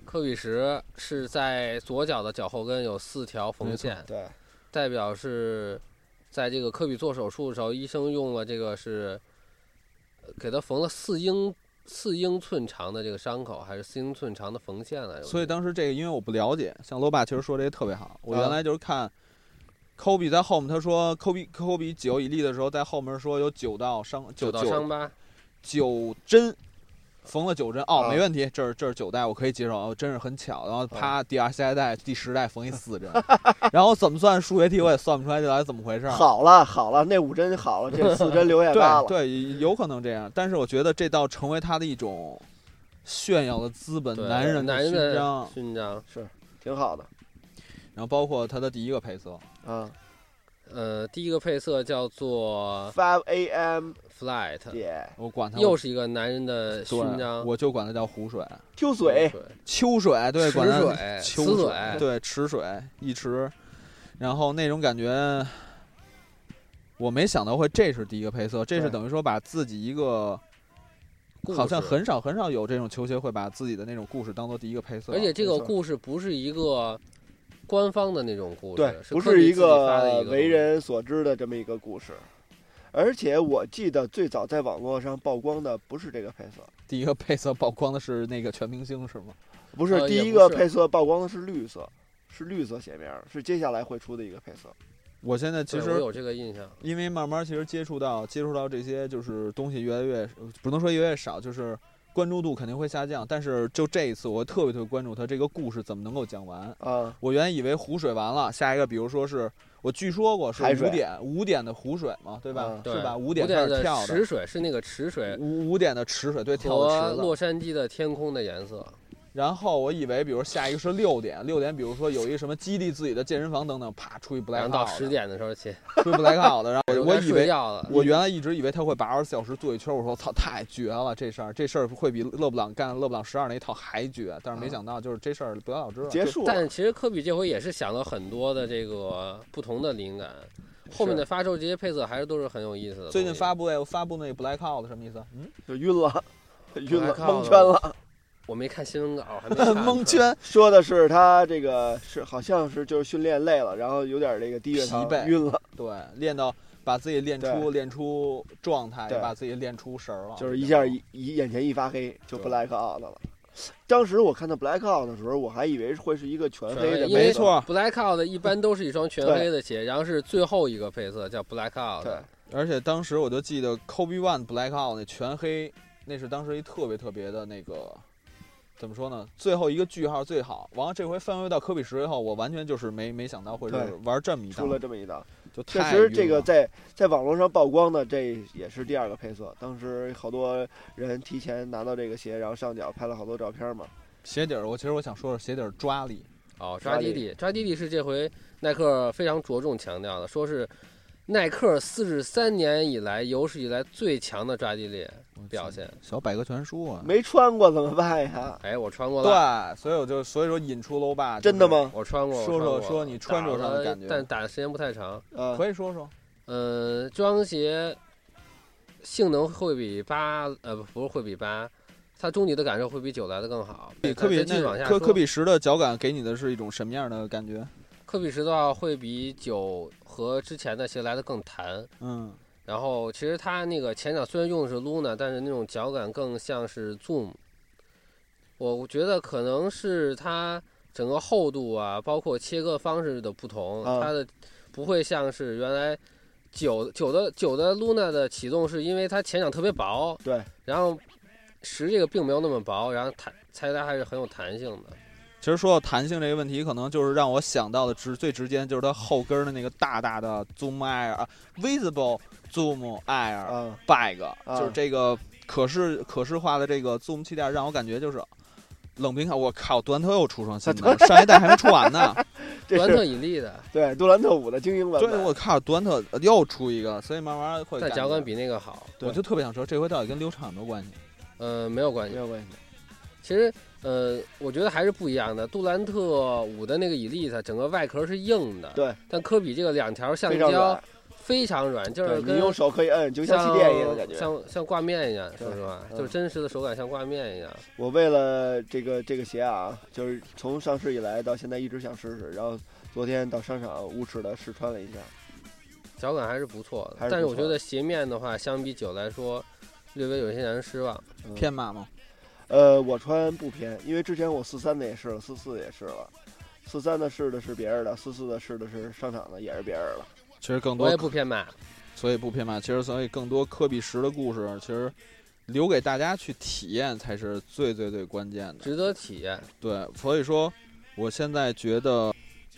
S3: 科比时是在左脚的脚后跟有四条缝线，
S2: 对，
S3: 代表是在这个科比做手术的时候，医生用了这个是呃给他缝了四英四英寸长的这个伤口，还是四英寸长的缝线来着？
S1: 所以当时这个因为我不了解，像罗爸其实说这些特别好。我
S2: 啊
S1: 原来就是看 Kobe 在后面，他说 Kobe Kobe 九以例的时候，在后面说有九道伤，
S3: 九
S1: 九
S3: 道
S1: 九
S3: 伤疤，
S1: 九针，缝了九针哦，
S2: 啊
S1: 没问题，这是这是九代，我可以接受，哦，真是很巧。然后
S2: 啊
S1: 啪，第二下一代第十代缝一四针， 然后怎么算数学题我也算不出来这到底怎么回事儿。
S2: 好了好了，那五针好了，这四针留下疤
S1: 对
S2: 了，
S1: 对，有可能这样，但是我觉得这倒成为他的一种炫耀的资本，
S3: 对
S1: 呃男人的
S3: 男
S1: 勋
S3: 人
S1: 章
S3: 的。勋章。
S2: 挺好的
S1: 然后包括他的第一个配色，
S2: 啊。
S3: 呃，第一个配色叫做
S2: Five A.M.
S3: Flight，
S2: 姐，
S1: 我管他
S3: 又是一个男人的勋
S1: 对，
S3: 章。
S1: 我就管它叫湖水、
S2: 挑水，
S1: 秋水，对，
S3: 池
S1: 管它
S3: 水
S1: 秋
S3: 呲
S1: 水
S3: 水
S1: 对，池水一池，然后那种感觉，我没想到会这是第一个配色，这是
S2: 对
S1: 等于说把自己一个
S3: 故事
S1: 好像很少很少有这种球鞋会把自己的那种故事当做第一个配色，
S3: 而且这个
S2: 没错
S3: 故事不是一个官方的那种故事，
S2: 对，不
S3: 科比
S2: 是一
S3: 自己发的
S2: 个
S3: 一个
S2: 为
S3: 东西
S2: 人所知的这么一个故事。而且我记得最早在网络上曝光的不是这个配色，
S1: 第一个配色曝光的是那个全明星是吗？
S2: 不是
S3: 呃
S2: 第
S3: 也
S2: 一
S3: 不
S2: 个
S3: 是
S2: 配色曝光的是绿色，是绿色鞋面儿，是接下来会出的一个配色。
S1: 我现在
S3: 对
S1: 其
S3: 我
S1: 实
S3: 有这个印象，
S1: 因为慢慢其实接触到接触到这些就是东西越来越不能说越来越少，就是关注度肯定会下降。但是就这一次，我特别特别关注他这个故事怎么能够讲完。
S2: 啊，
S1: 我原以为湖水完了，下一个比如说是我据说过是
S2: 海
S1: 五
S2: 水
S1: 点五点的湖水嘛，对吧
S2: 嗯？
S3: 对
S1: 是吧？
S3: 五
S1: 五点开始
S3: 的
S1: 跳
S3: 池
S1: 的，
S3: 水是那个池水
S1: 五五点的池水对跳的
S3: 和
S1: 池子。
S3: 洛杉矶的天空的颜色。
S1: 然后我以为比如下一个是六点，六点比如说有一个什么激励自己的健身房等等，啪出一
S3: 然
S1: black
S3: 后
S1: out，
S3: 到十，点的时候起，
S1: 出一 black out 的，然后我我
S3: 该
S1: 以
S3: 睡
S1: 为
S3: 觉了。
S1: 我原来一直以为他会把二十四小时做一圈，我说操，太绝了这事儿，这事儿会比勒布朗干勒布朗十二那一套还绝，但是没
S2: 啊
S1: 想到就是这事儿不了了之了。
S2: 结
S1: 就
S2: 束
S3: 但
S2: 了
S3: 是其实科比这回也是想了很多的这个不同的灵感，后面的发售这些配色还是都是很有意思的东西。
S1: 最近发布那发布那 black out 什么意思？嗯，
S2: 就晕了，晕了，
S3: 我还看
S2: 蒙圈了。
S3: 我没看新闻稿， 还没看
S1: 蒙圈，
S2: 说的是他这个是好像是就是训练累了，然后有点这个低血糖
S1: 疲惫
S2: 晕了，
S1: 对，练到把自己练出
S2: 对
S1: 练出状态，也
S2: 对
S1: 把自己练出神儿了，
S2: 就是一下
S1: 一
S2: 一一眼前一发黑就
S1: 对
S2: black out 了。当时我看到 Blackout 的时候，我还以为会是一个全黑的，
S3: 因为
S1: 没错
S3: Blackout 一般都是一双全黑的鞋，然后是最后一个配色叫 Blackout，
S2: 对
S1: 而且当时我就记得 Kobe One Blackout 那全黑，那是当时一特别特别的那个，怎么说呢？最后一个句号最好。完了，这回翻回到科比十以后，我完全就是没没想到会是
S2: 对
S1: 玩这么一
S2: 出了
S1: 档，
S2: 这么一档。
S1: 就
S2: 确
S1: 太
S2: 实，
S1: 晕
S2: 这个
S1: 了
S2: 在在网络上曝光的，这也是第二个配色。当时好多人提前拿到这个鞋，然后上脚拍了好多照片嘛。
S1: 鞋底儿，我其实我想说是鞋底儿抓力，
S3: 哦，
S2: 抓
S3: 抓地力，抓地力是这回耐克非常着重强调的，说是耐克四十三年以来有史以来最强的抓地力表现。
S1: 小百科全书啊。
S2: 没穿过怎么办呀？
S3: 哎，我穿过了，
S1: 对，啊所以我就所以说引出楼霸、
S2: 真的？吗？
S3: 我穿过，我
S1: 说
S3: 穿
S1: 说
S3: 过
S1: 说你穿着上的
S3: 打了
S1: 感觉
S3: 但打的时间不太长。
S2: 啊，
S1: 可以说说，
S3: 呃，这双鞋性能会比八呃不不是会比八，它终极的感受会比九来的更好。
S1: 科比
S3: 咱继续往
S1: 那
S3: 下
S1: 科
S3: 说，
S1: 科比十的脚感给你的是一种什么样的感觉？
S3: 科比十的话会比九和之前的鞋来的更弹。
S1: 嗯，
S3: 然后其实它那个前掌虽然用的是 Luna，但是那种脚感更像是 Zoom。我觉得可能是它整个厚度啊，包括切割方式的不同，
S2: 啊
S3: 它的不会像是原来九九的九的 Luna 的启动，是因为它前掌特别薄，
S2: 对，
S3: 然后十这个并没有那么薄，然后弹材料还是很有弹性的。
S1: 其实说到弹性这个问题，可能就是让我想到的直最直接就是它后跟儿的那个大大的 Zoom Air 啊，Visible Zoom Air
S2: 啊，
S1: Bag，、
S2: 啊
S1: 就是这个可视可视化的这个 Zoom 气垫，让我感觉就是冷冰看，我靠，杜兰特又出双新的，上一代还没出完呢。
S2: 这
S3: 杜兰特
S2: 是
S3: 引力的，
S2: 对杜兰特五的精英版
S1: 对，
S2: 本。
S1: 我靠，杜兰特呃又出一个，所以慢慢会
S3: 但脚
S1: 感
S3: 感
S1: 觉，
S3: 比那个好，
S1: 我就特别想知道这回到底跟流畅有没有关系？
S3: 呃，没有关系
S2: 没。有关系。
S3: 其实，呃，我觉得还是不一样的。杜兰特五的那个 Elite，整个外壳是硬的，
S2: 对，
S3: 但科比这个两条橡
S2: 非常
S3: 胶
S2: 软，
S3: 非常软，就是
S2: 对
S3: 跟
S2: 你用手可以摁，就像气
S3: 像
S2: 垫一样的感觉。
S3: 像像挂面一样。
S2: 对
S3: 说实话，
S2: 嗯
S3: 就是真实的手感像挂面一样。
S2: 我为了这个这个鞋啊，就是从上市以来到现在一直想试试，然后昨天到商场无耻的试穿了一下。
S3: 脚感还是不错的，
S2: 还是不错的
S3: 但是我觉得鞋面的话，相比九来说，略微有些让人失望。
S2: 嗯
S1: 偏码吗？
S2: 呃，我穿不偏，因为之前我四三的也试了，四四也试了，四三的试的是别人的，四四的试的是商场的，也是别人的。
S1: 其实更多
S3: 我也不偏买，
S1: 所以不偏慢，其实所以更多科比十的故事，其实留给大家去体验才是最最最关键的。
S3: 值得体验。
S1: 对，所以说我现在觉得，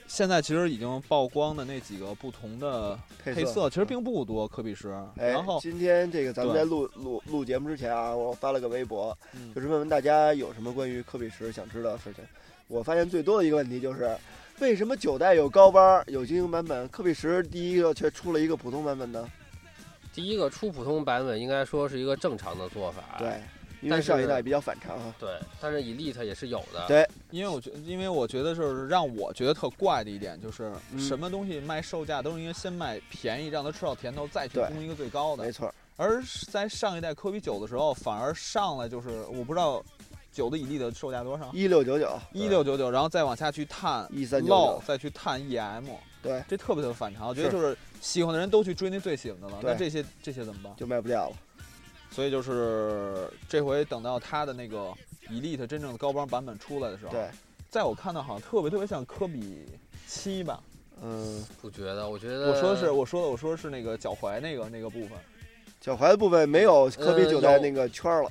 S1: 现在其实已经曝光的那几个不同的
S2: 配
S1: 配色，其实并不多，科比十。
S2: 嗯哎，
S1: 然后，
S2: 今天这个咱们
S1: 对
S2: 在录录录节目之前啊，我发了个微博，
S1: 嗯
S2: 就是问问大家有什么关于科比十想知道的事情。我发现最多的一个问题就是，为什么九代有高帮有精英版本，科比十第一个却出了一个普通版本呢？
S3: 第一个出普通版本，应该说是一个正常的做
S1: 哎
S3: 法。
S2: 对，因为
S3: 但是
S2: 上一代比较反常啊。
S3: 对，但是 Elite 也是有的。
S2: 对
S1: 因为我觉，因为我觉得就是让我觉得特怪的一点就是，
S2: 嗯
S1: 什么东西卖售价都是应该先卖便宜，让他吃到甜头，再去
S2: 对
S1: 攻一个最高的
S2: 没。错，
S1: 而是在上一代科比九的时候，反而上来就是我不知道九的以利的售价多少，
S2: 一六九九、
S1: 一六九九，然后再往下去探
S2: 一三九
S1: low，
S2: 九，
S1: 再去探 EM，
S2: 对，
S1: 这特别特别反常。我觉得
S2: 是
S1: 就是喜欢的人都去追那最喜欢的了，
S2: 对
S1: 那这些这些怎么办？
S2: 就卖不掉了。
S1: 所以就是这回等到他的那个 Elite 真正的高帮版本出来的时候，
S2: 对，
S1: 在我看到好像特别特别像科比七吧，
S2: 嗯。
S3: 不觉得？我觉得
S2: 呃
S1: 我说的是我说的我说的是那个脚踝那个那个部分，
S2: 脚踝的部分没有科比
S3: 呃
S2: 九代
S3: 有
S2: 那个圈儿了，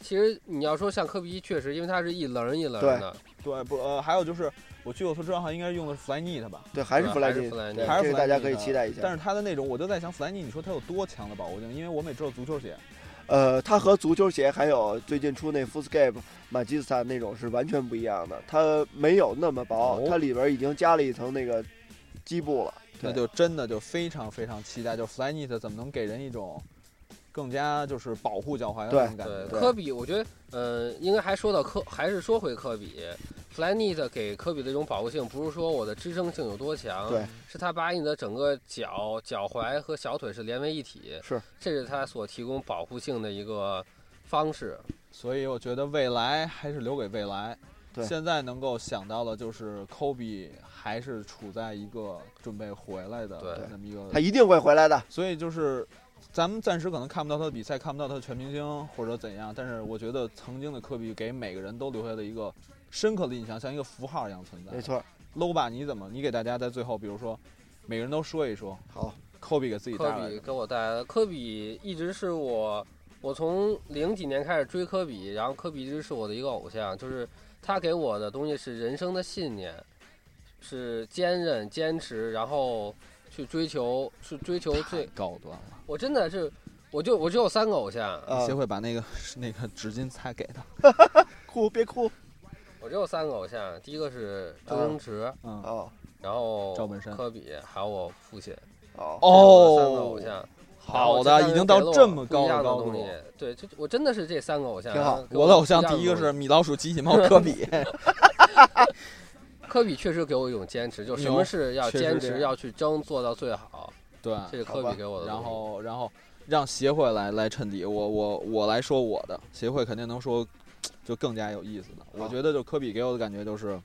S3: 其实你要说像科比一，确实因为它是一棱儿一棱儿的，
S1: 对，不呃还有就是我据我所知好像应该是用的是 Flyknit 吧。
S2: 对，还是
S3: 对
S2: 弗莱
S3: 还是
S2: 金，
S3: 弗莱
S2: 对
S3: 金
S1: 还是
S2: 这
S1: 弗莱
S2: 个大
S1: 尼
S2: 家可以
S1: 的
S2: 期待一下。
S1: 但是他的那种，我就在想，弗兰尼，你说他有多强的保护性？因为我们也知道足球鞋，
S2: 呃，它和足球鞋还有最近出那 Footscape 马吉斯坦那种是完全不一样的，它没有那么薄
S1: 哦，
S2: 它里边已经加了一层那个基布了。
S1: 那
S2: 对
S1: 就真的就非常非常期待，就 Flyknit 怎么能给人一种更加就是保护脚踝的
S2: 对
S1: 那种感
S3: 对，
S1: 觉？
S3: 科比，我觉得，呃，应该还说到科，还是说回科比，Flyknit 给科比的这种保护性，不是说我的支撑性有多强，
S2: 对，
S3: 是它把你的整个脚、脚踝和小腿是连为一体，
S2: 是，
S3: 这是它所提供保护性的一个方式。
S1: 所以我觉得未来还是留给未来。
S2: 对
S1: 现在能够想到的就是科比还是处在一个准备回来的
S3: 对
S1: 那么一个
S2: 它，一定会回来的。
S1: 所以就是咱们暂时可能看不到他的比赛，看不到他的全明星或者怎样，但是我觉得曾经的科比给每个人都留下了一个深刻的印象，像一个符号一样存在。
S2: 没错，
S1: 搂吧，你怎么？你给大家在最后，比如说，每个人都说一说
S2: 好，
S1: 科比给自己带
S3: 科
S1: 来
S3: 比
S1: 的。
S3: 给我带来的，科比一直是我，我从零几年开始追科比，然后科比一直是我的一个偶像，就是他给我的东西是人生的信念，是坚韧、坚持，然后去追求，去追求
S1: 太
S3: 最，
S1: 高端了，
S3: 我真的是，我就我只有三个偶像，
S2: 啊
S1: 协，会把那个那个纸巾擦给他。
S2: 哭别哭
S3: 我只有三个偶像，第一个是周星驰，
S1: 嗯，
S2: 啊，
S3: 然后
S1: 赵本山
S3: 科比，还有我父亲，
S2: 好，
S3: 这是我的三个偶
S1: 嗯哦
S3: 像。
S1: 好的，已经到这么高的
S3: 的
S1: 高
S3: 东
S1: 度
S3: 西。。对，就我真的是这三个偶像。
S2: 挺好
S3: 然后给
S1: 我的偶像
S3: 不样
S1: 第一个
S3: 东
S1: 是
S3: 西
S1: 米老鼠、机器猫、科 比。
S3: 科比，确实给我一种坚持，就什
S1: 牛
S3: 么事要
S1: 确实
S3: 坚
S1: 这
S3: 持，
S1: 样
S3: 要去争，做到最好。
S1: 对，
S3: 这是
S2: 好
S3: 科
S2: 吧
S3: 比给我的东
S1: 然
S3: 西。
S1: 后然后让协会来来衬底，我我我来说我的，协会肯定能说就更加有意思的。我
S2: 好
S1: 觉得就科比给我的感觉就是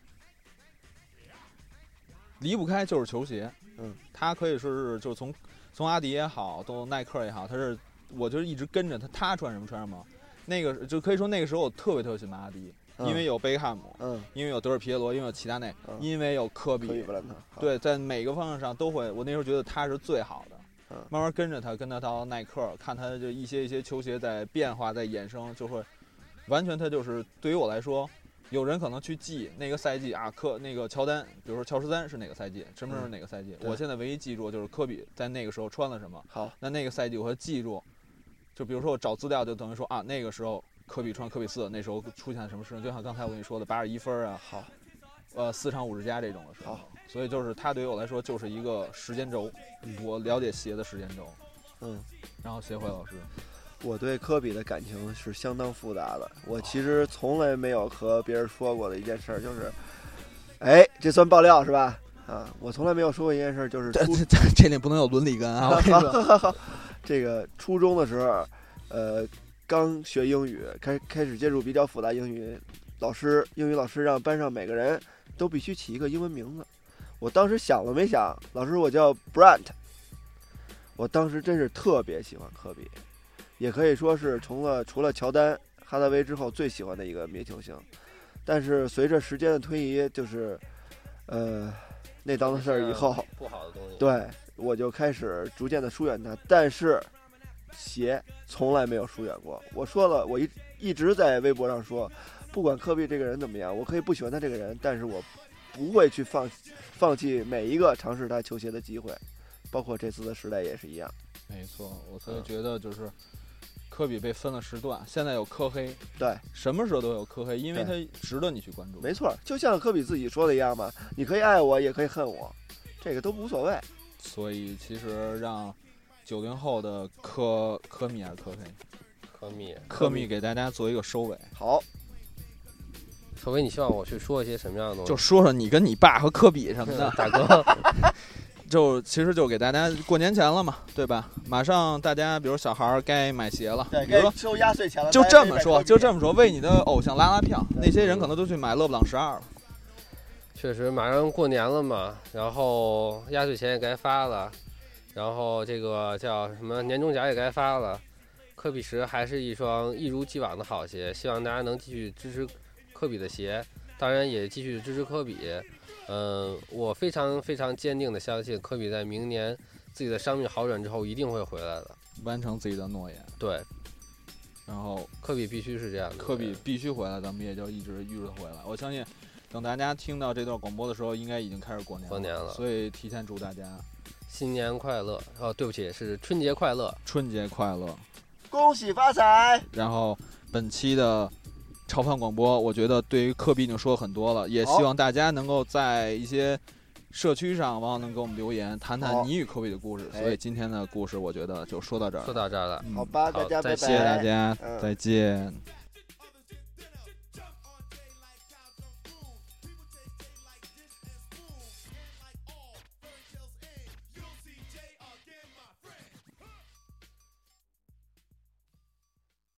S1: 离不开就是球鞋，
S2: 嗯，
S1: 他可以说是就从从阿迪也好，到耐克也好，他是我就是一直跟着他，他穿什么穿什么。那个就可以说那个时候我特别特别喜欢阿迪，
S2: 嗯
S1: 因为有贝克汉姆，
S2: 嗯，
S1: 因为有德尔皮耶罗，因为有齐达内，
S2: 嗯
S1: 因为有科比，
S2: 可以不让他，好，
S1: 对，在每个方向上都会，我那时候觉得他是最好的。
S2: 嗯
S1: 慢慢跟着他，跟他到耐克，看他就一些一些球鞋在变化，在衍生，就会完全他就是对于我来说，有人可能去记那个赛季啊，科那个乔丹，比如说乔十三是哪个赛季，什么时候是哪个赛季，
S2: 嗯对
S1: 我现在唯一记住就是科比在那个时候穿了什么，
S2: 好，
S1: 那那个赛季我会记住，就比如说我找资料就等于说啊，那个时候科比穿科比四，那时候出现了什么事情，就像刚才我跟你说的八十一分啊，
S2: 好，
S1: 呃，四场五十加这种的时候
S2: 好，
S1: 所以就是它对于我来说就是一个时间轴，我了解鞋的时间轴。
S2: 嗯。
S1: 然后协会老师，
S2: 我对科比的感情是相当复杂的。我其实从来没有和别人说过的一件事儿就是，哎，这算爆料是吧？啊，我从来没有说过一件事儿，就是初
S1: 这这里不能有伦理感啊！我跟你说，
S2: 这个初中的时候，呃，刚学英语，开开始接触比较复杂英语，老师英语老师让班上每个人都必须起一个英文名字。我当时想了没想，老师我叫 Brant，我当时真是特别喜欢科比，也可以说是除了除了乔丹、哈达威之后最喜欢的一个名球星。但是随着时间的推移，就是，呃，那档子事儿以后，
S3: 不好的东西。
S2: 对，我就开始逐渐的疏远他，但是鞋从来没有疏远过。我说了，我一一直在微博上说，不管科比这个人怎么样，我可以不喜欢他这个人，但是我不会去放放弃每一个尝试他球鞋的机会，包括这次的时代也是一样。
S1: 没错，我所以觉得就是科比被分了时段，现在有科黑，
S2: 对，
S1: 什么时候都有科黑，因为它
S2: 对
S1: 值得你去关注。
S2: 没错，就像科比自己说的一样嘛，你可以爱我，也可以恨我，这个都无所谓。
S1: 所以其实让九零后的科科密还啊是科黑，
S3: 科密，
S1: 科密给大家做一个收尾，
S2: 好，
S3: 小薇，你希望我去说一些什么样的东西？
S1: 就说说你跟你爸和科比什么的。
S3: 大哥，
S1: 就其实就给大家过年前了嘛，对吧？马上大家比如小孩儿该买鞋了，比如说
S2: 收压岁钱了
S1: 就这么说，就这
S2: 么
S1: 么说，为你的偶像拉拉票。
S2: 对
S1: 那些人可能都去买勒布朗十二了，
S3: 确实马上过年了嘛，然后压岁钱也该发了，然后这个叫什么年终奖也该发了。科比十还是一双一如既往的好鞋，希望大家能继续支持科比的鞋，当然也继续支持科比。嗯，我非常非常坚定的相信科比在明年自己的伤病好转之后一定会回来的。
S1: 完成自己的诺言。
S3: 对，
S1: 然后
S3: 科比必须是这样的。
S1: 科比必须回来，咱们也就一直预祝他回来。我相信，等大家听到这段广播的时候，应该已经开始过年了。
S3: 过年了
S1: 所以提前祝大家
S3: 新年快乐！哦，对不起，是春节快乐。
S1: 春节快乐。
S2: 恭喜发财。
S1: 然后本期的超凡广播，我觉得对于科比已经说了很多了，也
S2: 好
S1: 希望大家能够在一些社区上，往往能给我们留言，谈谈
S2: 好
S1: 你与科比的故事。
S2: 哎
S1: 所以今天的故事，我觉得就说到这儿，
S3: 说到这儿了，
S1: 嗯
S2: 好吧，大
S3: 好
S2: 家拜拜。
S3: 再
S1: 谢谢大家，
S2: 嗯
S1: 再见。